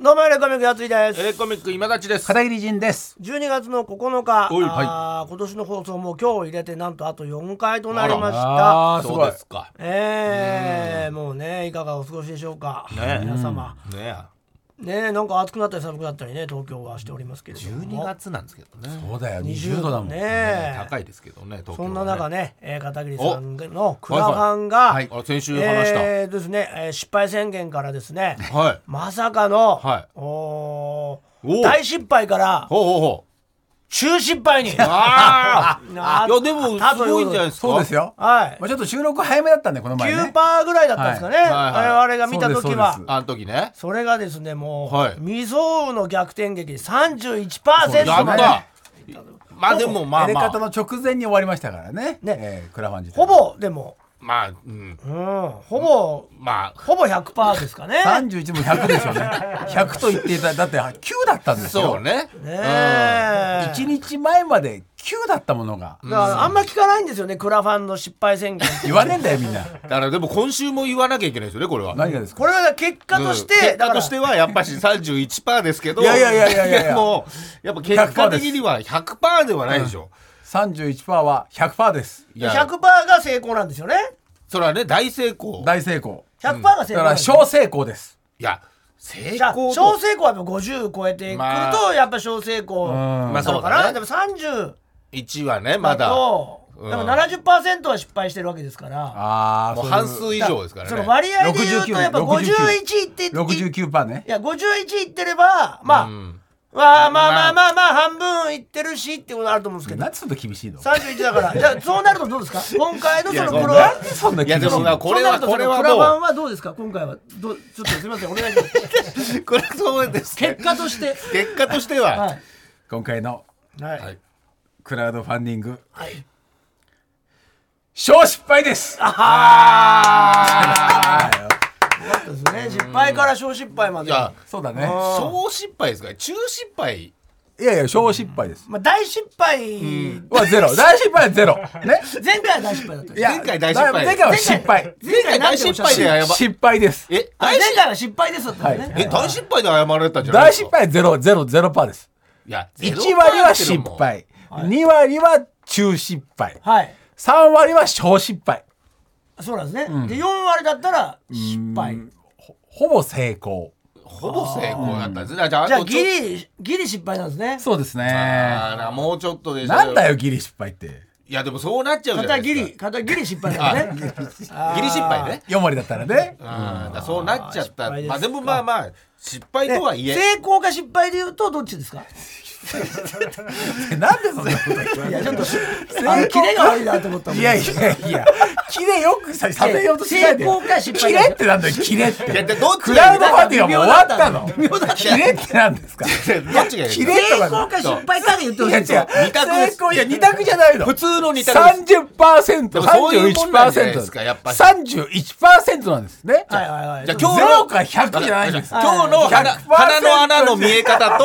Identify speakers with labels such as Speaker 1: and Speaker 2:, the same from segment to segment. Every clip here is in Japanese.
Speaker 1: どうもレコミックやついです。
Speaker 2: えー、コミック今立ちです
Speaker 3: 片桐仁です
Speaker 1: 12月の9日、
Speaker 2: おい
Speaker 1: あー今年の放送も今日を入れてなんとあと4回となりまし
Speaker 3: あ
Speaker 1: た。
Speaker 3: らす
Speaker 2: そ
Speaker 3: ご
Speaker 2: う
Speaker 3: い
Speaker 2: ですか
Speaker 1: えー、もうねいかがお過ごしでしょうか、
Speaker 2: ね
Speaker 1: 皆様。
Speaker 2: ね
Speaker 1: ねなんか暑くなったり寒くなったりね東京はしておりますけれども。
Speaker 2: 12月なんですけどね
Speaker 3: そうだよ
Speaker 1: 20
Speaker 3: 20度だもん、
Speaker 1: ね
Speaker 2: 高いですけどね東京
Speaker 1: そ
Speaker 2: は
Speaker 1: んな中ね、えー片桐さんのクラファンが、
Speaker 2: はいあ先週話した、
Speaker 1: えーですね、えー失敗宣言からですね、
Speaker 2: はい
Speaker 1: まさかの、
Speaker 2: はい
Speaker 1: おー
Speaker 2: お
Speaker 1: 大失敗から
Speaker 2: ほうほうほう
Speaker 1: 中失敗に。
Speaker 2: あ
Speaker 1: あ
Speaker 2: あいやでも
Speaker 1: 多分
Speaker 2: すごいんじゃないですか
Speaker 3: そうですよ、
Speaker 1: はい
Speaker 3: まあ、ちょっと収録早めだったんでこの前
Speaker 1: 9%
Speaker 3: ね
Speaker 1: ぐらいだったんですかね、
Speaker 2: いはいはい
Speaker 1: 我々が見た時は
Speaker 3: そうですそうです
Speaker 2: あの時ね
Speaker 1: それがですねもう、
Speaker 2: はい
Speaker 1: 未曾有の逆転劇で31%
Speaker 2: やっ
Speaker 1: ま
Speaker 3: ね
Speaker 1: で
Speaker 2: たまあでもまあ
Speaker 3: エレ
Speaker 2: ま
Speaker 3: カタ
Speaker 2: あ
Speaker 3: の直前に終わりましたからね
Speaker 1: ね
Speaker 3: えークラファン自
Speaker 1: ほ
Speaker 3: 体
Speaker 1: ぼでも、
Speaker 2: まあうん
Speaker 1: うん、ほぼ、
Speaker 2: まあ
Speaker 1: ほぼ100%ですかね。
Speaker 3: 31も100でしょうね100と言っていただって9だったんですよ
Speaker 2: そうね
Speaker 1: ねえ
Speaker 3: 1日前まで9だったものが
Speaker 1: だからあんま聞かないんですよねクラファンの失敗宣言って
Speaker 3: 言わねえんだよみんな
Speaker 2: だからでも今週も言わなきゃいけないですよねこれは
Speaker 3: 何がですか
Speaker 1: これは結果として、
Speaker 2: うん結
Speaker 1: だか
Speaker 2: 果
Speaker 1: ら
Speaker 2: としてはやっぱし31%ですけど
Speaker 3: いやいやいやいやいや
Speaker 2: でもやっぱ結果的には100%ではないでしょ、
Speaker 3: 31%は100%です
Speaker 2: いや
Speaker 1: 100%が成功なんですよね
Speaker 2: それはね大成功
Speaker 3: 大成功
Speaker 1: 100%が成功
Speaker 3: だか
Speaker 1: なん
Speaker 3: ら
Speaker 1: ですよ
Speaker 3: 小成功です
Speaker 2: いや成
Speaker 1: じゃあ
Speaker 2: 功
Speaker 1: 小
Speaker 2: と
Speaker 1: 成功はやっぱ50超えてくると、
Speaker 2: ま
Speaker 1: やっぱ小成功
Speaker 3: ん
Speaker 1: なのかな、
Speaker 2: まあそうだね
Speaker 1: でも30
Speaker 2: 1はねま
Speaker 1: だ
Speaker 2: だ
Speaker 1: と、
Speaker 2: うん
Speaker 1: でも70%は失敗してるわけですから
Speaker 3: ああ
Speaker 2: もう半数以上ですから
Speaker 1: その
Speaker 2: ね
Speaker 1: 割合で言うとやっぱ51
Speaker 3: 69
Speaker 1: っていい
Speaker 3: 69%ね
Speaker 1: や51いってればまあ、
Speaker 2: ん
Speaker 1: まあまあまあまあまあ半分いってるしってことあると思うんですけど
Speaker 3: なんでそんな厳しいの
Speaker 1: 31だ からじゃあそうなるとどうですか今回のその
Speaker 2: いや
Speaker 1: プロ
Speaker 3: なんでそんない厳し
Speaker 2: や
Speaker 3: い
Speaker 2: でも
Speaker 3: の
Speaker 2: なこれはこれは
Speaker 1: クラファン
Speaker 2: も
Speaker 1: はどうですか今回はどうちょっとすみませんお願いします
Speaker 2: うこれはそうですね
Speaker 1: 結果として
Speaker 2: 結果としては、
Speaker 1: はい
Speaker 3: 今回の
Speaker 1: はい、
Speaker 2: はい
Speaker 3: クラウドファンディング
Speaker 1: はい
Speaker 3: 小失敗です
Speaker 2: ああ
Speaker 1: そうですね失敗から小失敗ま
Speaker 2: い
Speaker 1: で
Speaker 2: や
Speaker 3: そうだね
Speaker 2: 小失敗ですか中失敗
Speaker 3: いやいや小失敗です
Speaker 1: まあ大失敗、
Speaker 3: はゼロ大失敗はゼロね
Speaker 1: 前回は大失敗だったよ
Speaker 3: いや
Speaker 2: 前回大失敗
Speaker 3: だ前回は失敗
Speaker 1: 前
Speaker 2: 回
Speaker 1: 回
Speaker 2: 大
Speaker 1: 大
Speaker 2: 失
Speaker 1: 失
Speaker 2: 敗
Speaker 1: 敗
Speaker 2: で
Speaker 1: で
Speaker 2: やば
Speaker 3: 失敗です
Speaker 2: え
Speaker 1: 前
Speaker 2: 大失
Speaker 1: 回は失敗ですだったんですね、
Speaker 3: は
Speaker 2: え大失敗で謝られたんじゃない
Speaker 3: 大
Speaker 2: です
Speaker 3: 失
Speaker 2: か
Speaker 3: 敗ゼロゼロゼロパーです
Speaker 2: いや
Speaker 3: 1
Speaker 2: 0%
Speaker 3: 割は
Speaker 2: っての
Speaker 3: 失
Speaker 2: も
Speaker 3: 敗2割は中失敗
Speaker 1: はい
Speaker 3: 3割は小失敗
Speaker 1: そうなんですね、で4割だったら失敗
Speaker 3: ほぼ成功
Speaker 2: ほぼ成功だったんですねじゃあ
Speaker 1: じゃ
Speaker 2: あ
Speaker 1: あ
Speaker 2: とち
Speaker 1: ギ
Speaker 2: ょっと
Speaker 1: リギリ失敗なんですね
Speaker 3: そうですね
Speaker 2: あらもうちょっとでしょ
Speaker 3: なんだよギリ失敗って
Speaker 2: いやでもそうなっちゃうじゃな
Speaker 1: 片
Speaker 2: い
Speaker 1: ギ
Speaker 2: です
Speaker 1: リ
Speaker 2: か
Speaker 1: 片ギリ失敗なんですね
Speaker 2: あギリ失敗ね
Speaker 3: 4割だったらね
Speaker 2: うん、だそうなっちゃった
Speaker 1: 失敗ですか
Speaker 2: まあでもまあまあ失敗
Speaker 1: で
Speaker 2: とはいえ
Speaker 1: 成功か失敗で言うとどっちですか
Speaker 3: なんでそんなこと言う
Speaker 1: いやちょっとあのキレが悪いなと思ったもん
Speaker 3: いやいやいや、キレよくさ、させようとしないで。
Speaker 1: 成功か失敗
Speaker 3: キ
Speaker 1: か
Speaker 3: レってなんだよ、キレっ
Speaker 2: いやで
Speaker 3: て。
Speaker 2: どっち
Speaker 3: ク
Speaker 2: がい
Speaker 3: ラウ
Speaker 2: い
Speaker 3: ドファンディングはもう終わったの。
Speaker 1: 微妙だった
Speaker 3: キレってなんですか
Speaker 2: どっちがいい
Speaker 3: キレ
Speaker 1: 成
Speaker 3: とか
Speaker 1: 功
Speaker 3: の。
Speaker 1: か失敗かで言ってほ
Speaker 3: い
Speaker 1: しい
Speaker 3: や
Speaker 1: ん
Speaker 3: 違う、
Speaker 1: ですよ
Speaker 2: 二択です
Speaker 3: 成功、いや、二択じゃないの。
Speaker 2: 普通の二択です
Speaker 3: 30%、
Speaker 2: でもそういうもんなんじゃないですかやっぱり
Speaker 3: 31%なんですね。
Speaker 1: はいはいはい
Speaker 2: じゃあ
Speaker 3: ゼ
Speaker 2: 今日
Speaker 3: ロ
Speaker 2: の
Speaker 3: か100じゃないんです
Speaker 2: 今日の鼻
Speaker 3: 100%
Speaker 2: 鼻の穴の見え 方と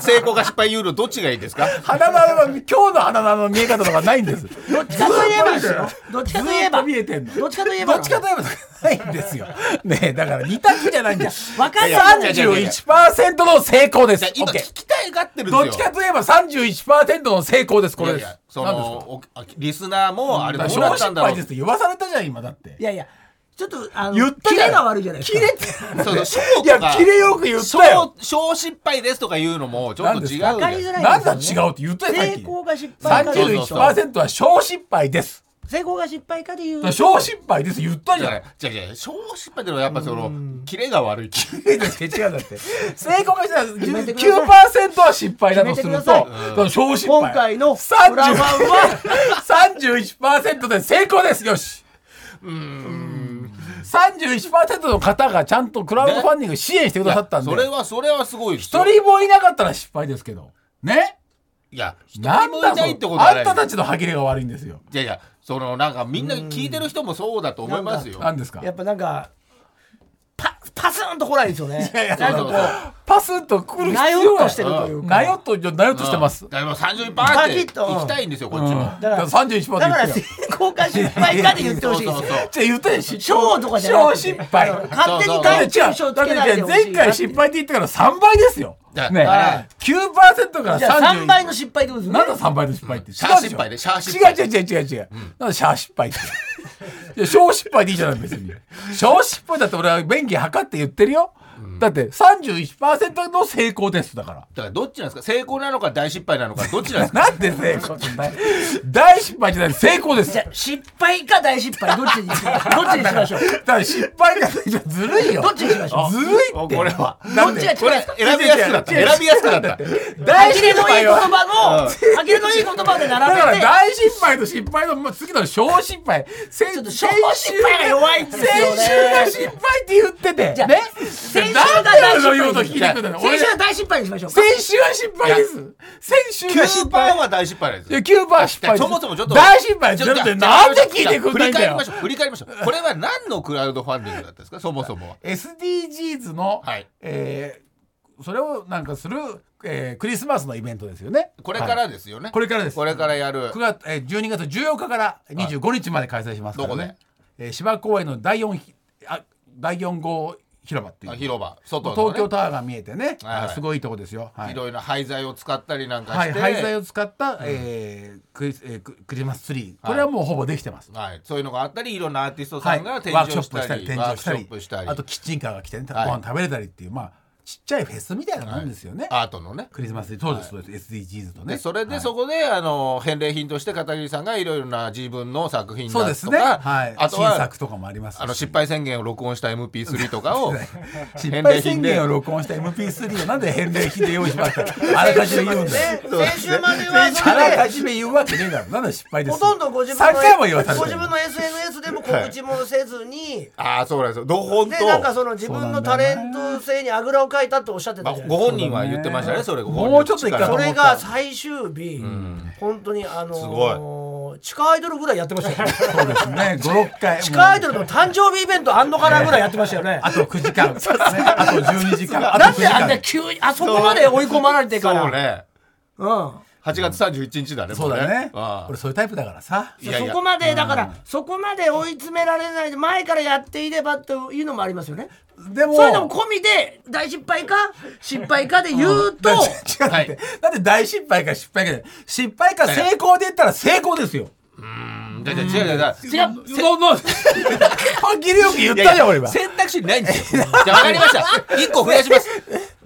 Speaker 2: 成功か失敗言うのどっちがいいですか
Speaker 3: 花丸は今日の花丸の見え方とかないんです。どっち
Speaker 1: かといえばですよどっちかといえば
Speaker 3: 見えてんの。
Speaker 1: どっちかといえば
Speaker 3: どっちかといえばとかないんですよ。ねえ、だから二択じゃないんだ。
Speaker 1: わかんない
Speaker 3: 三十一パーセントの成功で
Speaker 2: じ
Speaker 3: す
Speaker 2: ゃあ。今
Speaker 3: OK
Speaker 2: 聞きたいがってるんです
Speaker 3: ど
Speaker 2: よ
Speaker 3: っちかといえば三十一パーセントの成功です。これで
Speaker 2: いやい
Speaker 3: す
Speaker 2: や。そ
Speaker 3: 何ですか
Speaker 2: のおあリスナーもあれどうな
Speaker 3: 小
Speaker 2: ったん
Speaker 3: 失
Speaker 2: だろ
Speaker 3: 敗
Speaker 2: う
Speaker 3: ですって言わされたじゃん今だって
Speaker 1: い。やいやちょっとあ
Speaker 3: 言
Speaker 1: の
Speaker 3: ったじ
Speaker 1: キ
Speaker 3: ゃん
Speaker 1: レが悪いじゃないですか
Speaker 3: キレってなんだよ
Speaker 2: そうそう
Speaker 3: いや
Speaker 2: ショーとか
Speaker 3: キレよく言ったよ
Speaker 2: 小。小失敗ですとか言うのもちょっと違うじゃ
Speaker 1: わかり
Speaker 2: ん
Speaker 1: づらい
Speaker 3: なんだ違
Speaker 1: ですよね
Speaker 3: うって言ったよさっ
Speaker 1: 成
Speaker 3: き。
Speaker 1: 功か失敗かで
Speaker 3: 三十
Speaker 1: 言う
Speaker 3: 一パーセントは小失敗です。
Speaker 1: 成功が失敗かで言う
Speaker 3: だから小失敗です言ったじゃない。
Speaker 2: じゃあじゃあ小失敗ってのはやっぱそのキレが悪い
Speaker 3: 違うだって成功がしたら
Speaker 1: めてく
Speaker 3: 9%
Speaker 1: ださ
Speaker 3: は失敗だとする
Speaker 1: 決め
Speaker 3: と
Speaker 1: てく
Speaker 3: その小失敗
Speaker 1: 今回のク
Speaker 3: 30
Speaker 1: ラファンは
Speaker 3: 31%で成功ですよし31%の方がちゃんとクラウドファンディング支援してくださったんで
Speaker 2: それはそれはすごいです
Speaker 3: 一
Speaker 2: よ
Speaker 3: 人もいなかったら失敗ですけどね
Speaker 2: いや一
Speaker 3: な
Speaker 2: 人
Speaker 3: ん
Speaker 2: も
Speaker 3: だ
Speaker 2: いないって
Speaker 3: そ
Speaker 2: こ
Speaker 3: の
Speaker 2: とは
Speaker 3: あ
Speaker 2: ない
Speaker 3: んたたちの歯切れが悪いんですよ
Speaker 2: いやいやそのなんかみんな聞いてる人もそうだと思いますよ
Speaker 3: 何ですか
Speaker 1: やっぱなんかパパスンと来ないですよね
Speaker 3: いやいや
Speaker 1: なんかこう
Speaker 3: パガスンと来る
Speaker 1: な
Speaker 3: 必
Speaker 1: よ
Speaker 3: 要
Speaker 1: っとしてる
Speaker 3: や
Speaker 1: というか
Speaker 3: なよっとなよっとしてます、
Speaker 2: だからもう31パーって行きたいんですよこっちも、
Speaker 3: だから31ま
Speaker 1: だか
Speaker 3: で言っ
Speaker 1: ら
Speaker 3: て
Speaker 1: 成
Speaker 3: よ
Speaker 1: 功か失敗かで言ってほしいですよ
Speaker 2: そうそうそう
Speaker 3: じゃあ言ったやん失
Speaker 1: 賞とかじゃなくて
Speaker 3: 失敗
Speaker 1: 勝手に
Speaker 3: だっ
Speaker 1: 大
Speaker 3: て違
Speaker 1: 中
Speaker 3: う
Speaker 1: 賞つ
Speaker 3: だっ
Speaker 1: けない
Speaker 3: て
Speaker 1: でほしい
Speaker 3: 前回失敗って言ったから3倍ですよ
Speaker 2: だ
Speaker 3: ね
Speaker 2: はい
Speaker 3: 9%から
Speaker 1: じゃあ
Speaker 3: 30
Speaker 1: 3倍の失敗ってことですね
Speaker 3: なんだ3倍の失敗って。
Speaker 2: シャー失敗ねシャー失敗
Speaker 3: 違う違う違う違う違う。なんだシャー失敗って。いや、小失敗でいいじゃない、別に。小失敗だって俺は便宜測って言ってるよ。だって31%の成功です、だから。
Speaker 2: だからどっちなんですか成功なのか大失敗なのかどっちなんですか
Speaker 3: なんで成功ってない大失敗じゃない、成功です。
Speaker 1: じゃ
Speaker 3: だ
Speaker 1: あ失敗か大失敗どっちにしましょうどっちにしましょう
Speaker 3: から失敗がないじゃずるいよ。
Speaker 1: どっちにしましょう
Speaker 3: ずるいって。
Speaker 2: これは
Speaker 3: な
Speaker 1: どっ
Speaker 3: んで
Speaker 1: ちが
Speaker 2: これ選びやすくなった
Speaker 3: 違う違う違う
Speaker 2: 選びやすくなった
Speaker 3: 大
Speaker 1: 呆れ
Speaker 3: 失
Speaker 1: のいい
Speaker 3: 敗
Speaker 1: 言
Speaker 3: は。
Speaker 1: 葉の呆れのいい言葉で
Speaker 3: だから
Speaker 1: 並べて
Speaker 3: 大失敗と失敗のまあ次の小失敗。せ
Speaker 1: ちょっと小失敗が弱いんですよね
Speaker 3: 先週が失敗って言ってて。
Speaker 1: じゃあ
Speaker 3: ね。
Speaker 1: 先週が
Speaker 3: なんで
Speaker 1: 大
Speaker 3: 俺の言
Speaker 1: 失
Speaker 3: うこと
Speaker 1: 敗
Speaker 3: 聞
Speaker 1: に
Speaker 3: いてくるの
Speaker 1: 先
Speaker 3: 俺
Speaker 1: 週は大失敗にしましょうか
Speaker 3: 先週は失敗です。先週が失
Speaker 2: 9%
Speaker 3: 敗。
Speaker 2: は大失敗なんです
Speaker 3: いや、9番失敗です。
Speaker 2: そもそもちょっと
Speaker 3: 大失敗
Speaker 2: ち
Speaker 3: じ
Speaker 2: ょ
Speaker 3: ゃ
Speaker 2: っ
Speaker 3: な
Speaker 2: と
Speaker 3: くて、なんで聞いてくれないん
Speaker 2: 振り
Speaker 3: だ
Speaker 2: 返り
Speaker 3: よ
Speaker 2: まし。ょう振り返りましょうこれは何のクラウドファンディングだったんですかそもそもは
Speaker 3: SDGs の
Speaker 2: はい、
Speaker 3: えーそれをなんかする、えークリスマスのイベントですよね。
Speaker 2: これか
Speaker 3: はい
Speaker 2: らですよね、
Speaker 3: これからです。
Speaker 2: これからやる
Speaker 3: 9月、えー、12月14日から25日まで開催しますから、ね
Speaker 2: どこで
Speaker 3: えー芝公園の第4ひあ第4号広場っていう
Speaker 2: あ広場外の、ね、
Speaker 3: 東京タワーが見えてね、
Speaker 2: はいはい
Speaker 3: あすごいとこですよ、はいい
Speaker 2: ろいろ廃材を使ったりなんか
Speaker 3: は
Speaker 2: し
Speaker 3: い、
Speaker 2: て、
Speaker 3: 廃材を使った、えークリスえーククリスマスツリー
Speaker 2: はい
Speaker 3: これはもうほぼできてます、
Speaker 2: はい、そういうのがあったりいろんなアーティスト
Speaker 3: は
Speaker 2: さ
Speaker 3: い、
Speaker 2: んが
Speaker 3: ワ
Speaker 2: 展
Speaker 3: ークシ
Speaker 2: 示を
Speaker 3: ョ
Speaker 2: した
Speaker 3: ップしたり
Speaker 2: り
Speaker 3: 展
Speaker 2: ワー
Speaker 3: 示
Speaker 2: クショ
Speaker 3: をしたり
Speaker 2: ップしたり
Speaker 3: あとキッチンカーが来てねご
Speaker 2: はい
Speaker 3: 飯食べれたりっていうまあちっちゃいフェスみたいなもんですよね、
Speaker 2: アートのね
Speaker 3: クリスマスツリーそうです、そうです SDGs とね
Speaker 2: でそれで
Speaker 3: はい
Speaker 2: そこで、あの返礼品として片桐さんがいろいろな自分の作品だと
Speaker 3: そう
Speaker 2: か
Speaker 3: ですね、はい、
Speaker 2: あと
Speaker 3: 新
Speaker 2: は
Speaker 3: 作とかもありますし
Speaker 2: あの失敗宣言を録音した MP3 とかを
Speaker 3: 失
Speaker 2: 返
Speaker 3: 敗
Speaker 2: 礼
Speaker 3: 宣
Speaker 2: 品で
Speaker 3: 言を録音した MP3 をなんで返礼品で用意しまし たあらかじめ言うんだよ。
Speaker 2: そうで
Speaker 1: 先
Speaker 2: すね
Speaker 1: 週まではそ
Speaker 3: あ
Speaker 1: れ
Speaker 3: ら
Speaker 1: で
Speaker 3: かじめ言うわけねえだろ。なんだ失敗です。
Speaker 1: ほとんどご自分
Speaker 3: 3回も言わ
Speaker 1: の
Speaker 3: され
Speaker 1: ご
Speaker 3: て
Speaker 1: 自
Speaker 3: る
Speaker 1: 分の SNS でも告知もせずに、
Speaker 2: ああそうなんですよど本
Speaker 1: でなんか
Speaker 2: と、
Speaker 1: その自分のタレント性にあぐらをかいたっておっしゃって
Speaker 2: まあ
Speaker 1: たじゃ、ない
Speaker 2: ご
Speaker 1: ですか。
Speaker 2: 本人は言ってましたねそれご本人
Speaker 3: もうちょっと一回
Speaker 2: 力
Speaker 1: そ
Speaker 2: を
Speaker 1: れが最終日、本当にあのー
Speaker 2: すご
Speaker 1: 地下アイドルぐらいやってましたよね。
Speaker 3: そうですね。五六回。
Speaker 1: 地下アイド
Speaker 3: ル。
Speaker 1: ルの誕生日イベントあんのかなぐらいやってましたよね。
Speaker 3: あと九時 間。ねあと十二時間。あ
Speaker 1: な
Speaker 3: と
Speaker 1: ん
Speaker 3: 9
Speaker 1: で
Speaker 3: 時
Speaker 1: あんな
Speaker 3: 間。
Speaker 1: 急にあそこまで追い込まれてから。
Speaker 2: そうね
Speaker 1: うん
Speaker 2: 8月31日だね、も
Speaker 3: そうだね
Speaker 2: あ。あ
Speaker 3: 俺そういうタイプだからさ。
Speaker 2: いやいや
Speaker 1: そこまでだから、そこまで追い詰められないで前からやっていればというのもありますよね。
Speaker 3: でも。
Speaker 1: そういうのも込みで大失敗か失敗かで言うと、
Speaker 3: だって違うって。 なんで大失敗か失敗かで。失敗か成功で言ったら成功ですよ。
Speaker 2: うんじゃあじゃあ違う違う違う
Speaker 1: 違う
Speaker 3: そう そう。はっきりよく言ったじゃん俺は。
Speaker 2: 選択肢ないんですよ。じゃあ分かりました。1個増 やします。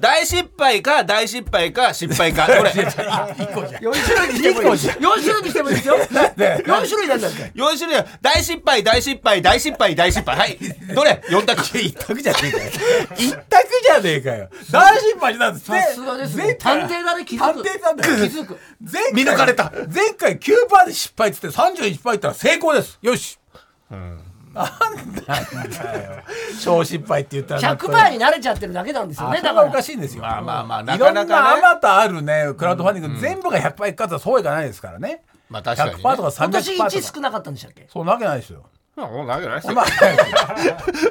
Speaker 2: 大失敗か大失敗か失敗か。 これ
Speaker 3: 一個じゃん。
Speaker 1: 4種類にしてもいいですよ。4種類にしてもいいですよ。4種類なんだっけ
Speaker 2: 4種類は大失敗大失敗大失敗大失敗。はい。どれ ?4 択。
Speaker 3: 一択じゃねえかよ。一択じゃねえかよ。大失敗したんです。
Speaker 1: さすがですね
Speaker 3: 前回
Speaker 1: 探偵だね気づく
Speaker 3: 探偵なんだよ。
Speaker 1: 気づく。
Speaker 3: 前回
Speaker 2: 見抜かれた。
Speaker 3: 前回9パーで失敗っつって31パーいったら成功です。よし。うん。なんだよ。小失敗って言ったら。
Speaker 1: 100倍に慣れちゃってるだけなんですよね。だか
Speaker 3: 頭がお
Speaker 1: ら
Speaker 3: か。しいんですよ。
Speaker 2: まあまあまあ、ない
Speaker 3: ろ
Speaker 2: か
Speaker 3: ん
Speaker 2: な
Speaker 3: な
Speaker 2: か
Speaker 3: あ
Speaker 2: ね。
Speaker 3: またあるね、クラウドファンディング全部が100パーいくかつはそういかないですからね。
Speaker 2: まあ確かにね
Speaker 3: 100パーとか300
Speaker 1: 今
Speaker 3: パ
Speaker 1: 年
Speaker 3: ーと
Speaker 1: 1
Speaker 3: か。
Speaker 1: 少なかったんでしたっけ
Speaker 3: そんなわけないですよ。
Speaker 2: もう投げないです
Speaker 3: ま
Speaker 2: よ。
Speaker 3: あ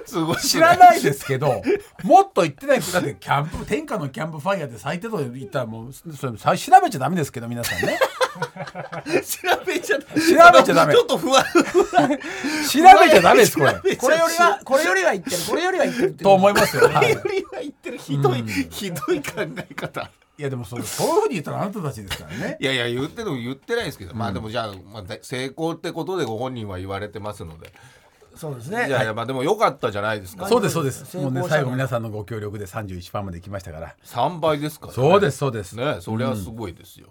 Speaker 2: すごい。知
Speaker 3: 知らないですけど、もっと言ってないだってキャンプ天下のキャンプファイヤーで最低度言ったらもうそれさ調べちゃダメですけど皆さんね
Speaker 2: 調べちゃダメ。
Speaker 3: 調べちゃダメ
Speaker 2: ちょっと不安。
Speaker 3: 調べちゃダメですこれ
Speaker 1: これよりは、これよりは言ってる。これよりは言ってるっていう
Speaker 3: と思いますよ、はい、い
Speaker 2: 言ってるひどい、ひどい考え方。
Speaker 3: やでもそうそういうふうに言ったらあなたたちですからね
Speaker 2: いやいや言っても言ってないですけど、まあでもじゃあ、まあ、成功ってことでご本人は言われてますので、
Speaker 1: そうです
Speaker 2: いやい
Speaker 1: ね。
Speaker 2: やまあでも良かったじゃないですか、
Speaker 3: そうですそうです
Speaker 1: 成功
Speaker 3: もう
Speaker 1: 者
Speaker 3: ね最後皆さんのご協力で31番まで行きましたから
Speaker 2: 3倍ですから、ね、
Speaker 3: そうですそうです、
Speaker 2: ねそれはすごいですよ、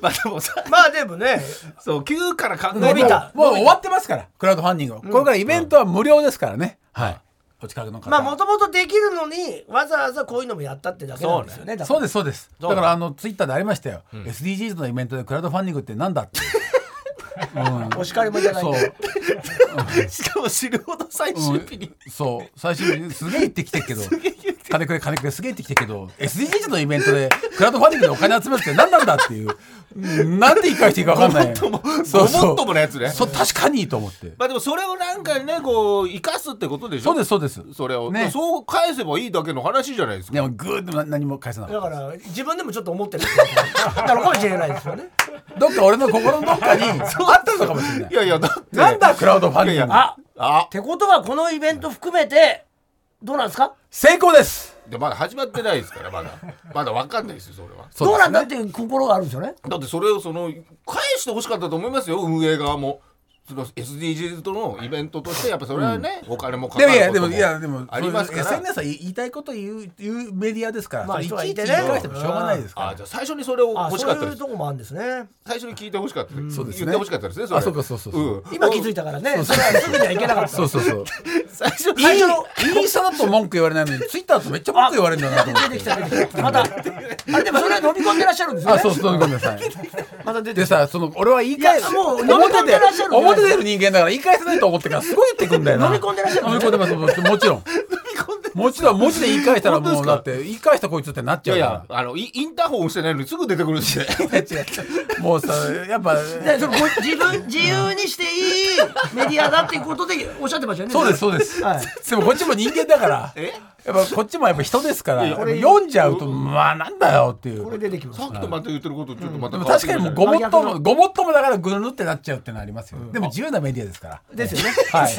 Speaker 2: まあでもさ
Speaker 1: まあでもね、
Speaker 2: そう9から考え
Speaker 1: 伸びた
Speaker 3: もう終わってますからクラウドファンディングは、これからイベントは無料ですからね、はいお近くの方
Speaker 1: まあもともとできるのに、わざわざこういうのもやったってだけなんですよね。だから
Speaker 3: そうですそうですだからあのツイッターでありましたよ、SDGs のイベントでクラウドファンディングってなんだって
Speaker 1: お叱りもいただい
Speaker 3: そ
Speaker 1: て。
Speaker 3: う
Speaker 2: しかも知るほど最
Speaker 3: うんそう最終日にすげえ言ってきてるけど金くれ金くれすげえってきてるけど SDGs のイベントでクラウドファンディングでお金集めるって何なんだっていううんなんで一回していいか分かんない
Speaker 2: ごもっとも
Speaker 3: そうそう
Speaker 2: ごもっともなやつね
Speaker 3: そう確かにいいと思って
Speaker 2: まあでもそれをなんかねこう生かすってことでしょ
Speaker 3: そうですそうです
Speaker 2: それを、
Speaker 3: ね
Speaker 2: そう返せばいいだけの話じゃないですか
Speaker 3: でもグーッとな何も返さなか
Speaker 1: だ
Speaker 3: っ
Speaker 1: から自分でもちょっと思ってるんですよなのかもしれないですよね
Speaker 3: たどっか俺の心のどっかにあったのかもしれない
Speaker 2: いやいやだって
Speaker 3: なんだクラウドファンディング
Speaker 2: いやいや
Speaker 1: あ
Speaker 2: あ
Speaker 1: ってことはこのイベント含めてどうなんですか
Speaker 3: 成功です
Speaker 2: でまだ始まってないですからまだまだわかんないですよそれは
Speaker 1: どうなんだ
Speaker 3: そ
Speaker 1: っ
Speaker 3: ですね
Speaker 1: ていう心があるんですよね
Speaker 2: だってそれをその返してほしかったと思いますよ運営側もその SDGs とのイベントとしてやっぱそれはね、お金もかか
Speaker 3: でもい
Speaker 2: る
Speaker 3: や
Speaker 2: こと
Speaker 3: で
Speaker 2: も
Speaker 3: もいやでも
Speaker 2: ありますから
Speaker 3: そういう SNS は言いたいこと言う言うメディアですから、
Speaker 1: まあ
Speaker 3: それ
Speaker 1: 人はい
Speaker 3: ちい
Speaker 1: い
Speaker 3: ち
Speaker 1: て
Speaker 3: 言
Speaker 1: ね
Speaker 3: い返してもしょうがないですから
Speaker 2: あじゃあ最初にそれを
Speaker 1: あ
Speaker 2: 欲し
Speaker 1: そ
Speaker 2: かった
Speaker 1: うい
Speaker 2: で
Speaker 1: う
Speaker 2: す
Speaker 1: とこもあるんですね
Speaker 2: 最初に聞いて欲しかったです
Speaker 3: そうですね
Speaker 2: 言って欲しかったですねれ
Speaker 3: あそうかそうそうそうん
Speaker 1: 今気づいたからねそれはすぐにはいけなかった
Speaker 3: そうそうそう
Speaker 2: 最初
Speaker 3: インインスタだと文句言われないのにツイッターだとめっちゃ文句言われるんだなと思っ
Speaker 1: 出てき
Speaker 3: て
Speaker 1: た出てきたまたあでもそれは飲み込んでらっしゃるんですよ
Speaker 3: あ
Speaker 1: ね
Speaker 3: そうそうごめんなさい
Speaker 1: また出て
Speaker 3: で
Speaker 1: きた
Speaker 3: さその俺は言い返
Speaker 1: い
Speaker 3: す
Speaker 1: やもう飲み込
Speaker 3: 表
Speaker 1: んで
Speaker 3: で
Speaker 1: らっしゃるんじゃない
Speaker 3: 表でいる人間だから言い返せないと思ってからすごい言ってくんだよな
Speaker 1: 飲み込んでらっしゃるん
Speaker 3: 飲
Speaker 1: で
Speaker 3: み
Speaker 1: す
Speaker 3: 込
Speaker 1: ね
Speaker 3: んでますもちろんもちろん文字で言い返したら
Speaker 2: 本当
Speaker 3: も
Speaker 2: で
Speaker 3: う
Speaker 2: すか
Speaker 3: だって言い返したこいつってなっ
Speaker 2: い
Speaker 3: ち
Speaker 2: や
Speaker 3: ゃう
Speaker 2: い
Speaker 3: か
Speaker 2: や
Speaker 3: ら
Speaker 2: あのイインターホン押してないのにすぐ出て くるんですね
Speaker 3: もうさやっぱ
Speaker 1: でそれご自分自由にしていいメディアだっていうことでおっしゃってましたよね
Speaker 3: そうですそうです、
Speaker 1: はい
Speaker 3: でもこっちも人間だから
Speaker 2: え
Speaker 3: やっぱこっちもやっぱ人ですから
Speaker 2: いや
Speaker 3: やっぱ読んじゃうとまあなんだよってい
Speaker 1: これ
Speaker 3: う
Speaker 1: 出てきます
Speaker 2: さっきとまた言ってることちょっとま
Speaker 3: で
Speaker 2: た
Speaker 3: も
Speaker 2: 変わってく
Speaker 3: 確か
Speaker 2: る
Speaker 3: に
Speaker 2: じゃ
Speaker 3: も
Speaker 2: ないう
Speaker 3: ごも
Speaker 1: 真逆
Speaker 3: っともごもっともだからぐるぬってなっちゃうってのはありますよ、でも自由なメディアですから
Speaker 1: ですよね
Speaker 3: はい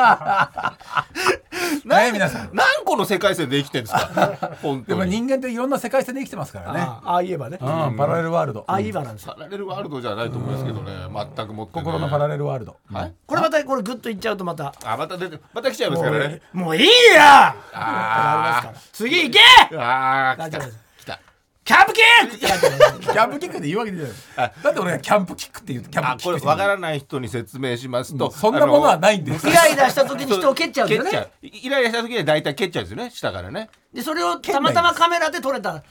Speaker 3: ね皆さん
Speaker 2: 何個の世界線で生きてるんです か本
Speaker 3: で
Speaker 2: 当
Speaker 3: も
Speaker 2: に
Speaker 3: 人間っていろんな世界線で生きてますからね
Speaker 1: ああああ言えばねあ
Speaker 3: うんパラレルワールド
Speaker 1: あ言えばなんですよ
Speaker 2: パラレルワールドじゃないと思いますけどね全くもってね
Speaker 3: 心のパラレルワール ド
Speaker 2: はい
Speaker 1: これまたこれグッといっちゃうとまた
Speaker 2: あまた出てまた来ちゃいますからね
Speaker 1: もういいや
Speaker 2: あ
Speaker 1: 次行け
Speaker 2: ーあー
Speaker 1: 大
Speaker 2: 来た
Speaker 1: 丈夫です
Speaker 2: 来た
Speaker 1: キャンプキック
Speaker 3: キャンプキックで言うわけじゃないだって俺がキャンプキックって言うとキャン
Speaker 2: あ
Speaker 3: プキ
Speaker 2: こ
Speaker 3: ック
Speaker 2: れ
Speaker 3: って
Speaker 2: わからない人に説明しますと、
Speaker 3: そんなものはないいんです
Speaker 1: イライラした時に人を蹴っちゃうんだよね
Speaker 2: イライラした時には大体蹴っちゃうんですよね下からね
Speaker 1: でそれをたまたまカメラで撮れた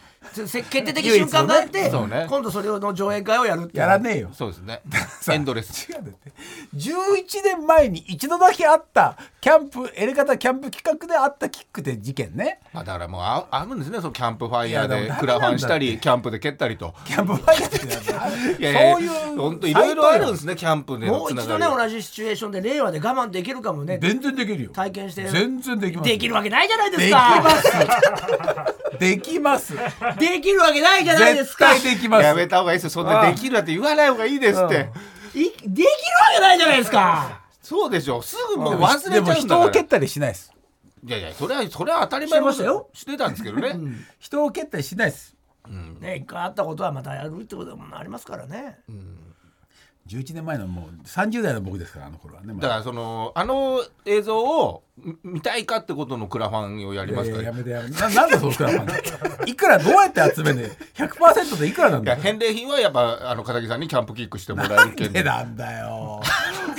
Speaker 1: せ決定的瞬間があって、
Speaker 2: 唯一のねそうね
Speaker 1: 今度それの上映会をやるっていう
Speaker 3: やらねえよ
Speaker 2: そうですねエンドレス
Speaker 3: 違うんだって11年前に一度だけあったキャンプエレガタキャンプ企画であったキックで事件ね
Speaker 2: まあだからもうああるんですねそのキャンプファイヤー
Speaker 3: いやで
Speaker 2: で
Speaker 3: も
Speaker 2: クラファンした
Speaker 3: ダメなんだっ
Speaker 2: り
Speaker 3: て
Speaker 2: キャンプで蹴ったりと
Speaker 3: キャンプファイヤーってやつ
Speaker 2: いやいや
Speaker 3: そういう
Speaker 2: 本当いろいろあるんですすねキャンプでの
Speaker 1: もう
Speaker 2: つな
Speaker 1: 一
Speaker 2: が
Speaker 1: 度
Speaker 2: り
Speaker 1: ね同じシチュエーションで令和で我慢できるかもね
Speaker 3: 全然できるよ
Speaker 1: 体験して
Speaker 3: 全然できます
Speaker 1: できるわけないじゃないで
Speaker 3: ですき
Speaker 1: か
Speaker 3: ますできます
Speaker 1: できるわけないじゃないです
Speaker 3: 絶
Speaker 1: か
Speaker 3: 対できます
Speaker 2: やめた方がいいですよそんなできるなんて言わない方がいいですって、
Speaker 1: いできるわけないじゃないですか
Speaker 2: そうでしょすぐもう
Speaker 3: で
Speaker 2: 忘れちゃ
Speaker 3: も
Speaker 2: うんだ
Speaker 3: 人
Speaker 2: か
Speaker 3: を
Speaker 2: ら
Speaker 3: 蹴ったりしないです
Speaker 2: いやいやそれはそれは当たり前のこと
Speaker 1: してましたよ
Speaker 2: してたんですけどね、
Speaker 3: 人を蹴ったりしないです
Speaker 1: ね一回あったことはまたやるってこともありますからね、
Speaker 3: 11年前のもう30代の僕ですからあの頃はね、ま
Speaker 2: だ
Speaker 3: だ
Speaker 2: からそのあの映像をみ見たいかってことのクラファンをやります
Speaker 3: い
Speaker 2: か
Speaker 3: やい
Speaker 2: ら、
Speaker 3: やや
Speaker 2: ね
Speaker 3: めてやめてななんでそのクラファンいくらどうやって集めねえ100%でいくらなん
Speaker 2: い
Speaker 3: だ
Speaker 2: や
Speaker 3: よ
Speaker 2: 返礼品はやっぱあの片木さんにキャンプキックしてもらえるけ
Speaker 3: で
Speaker 2: ど
Speaker 3: なんだよ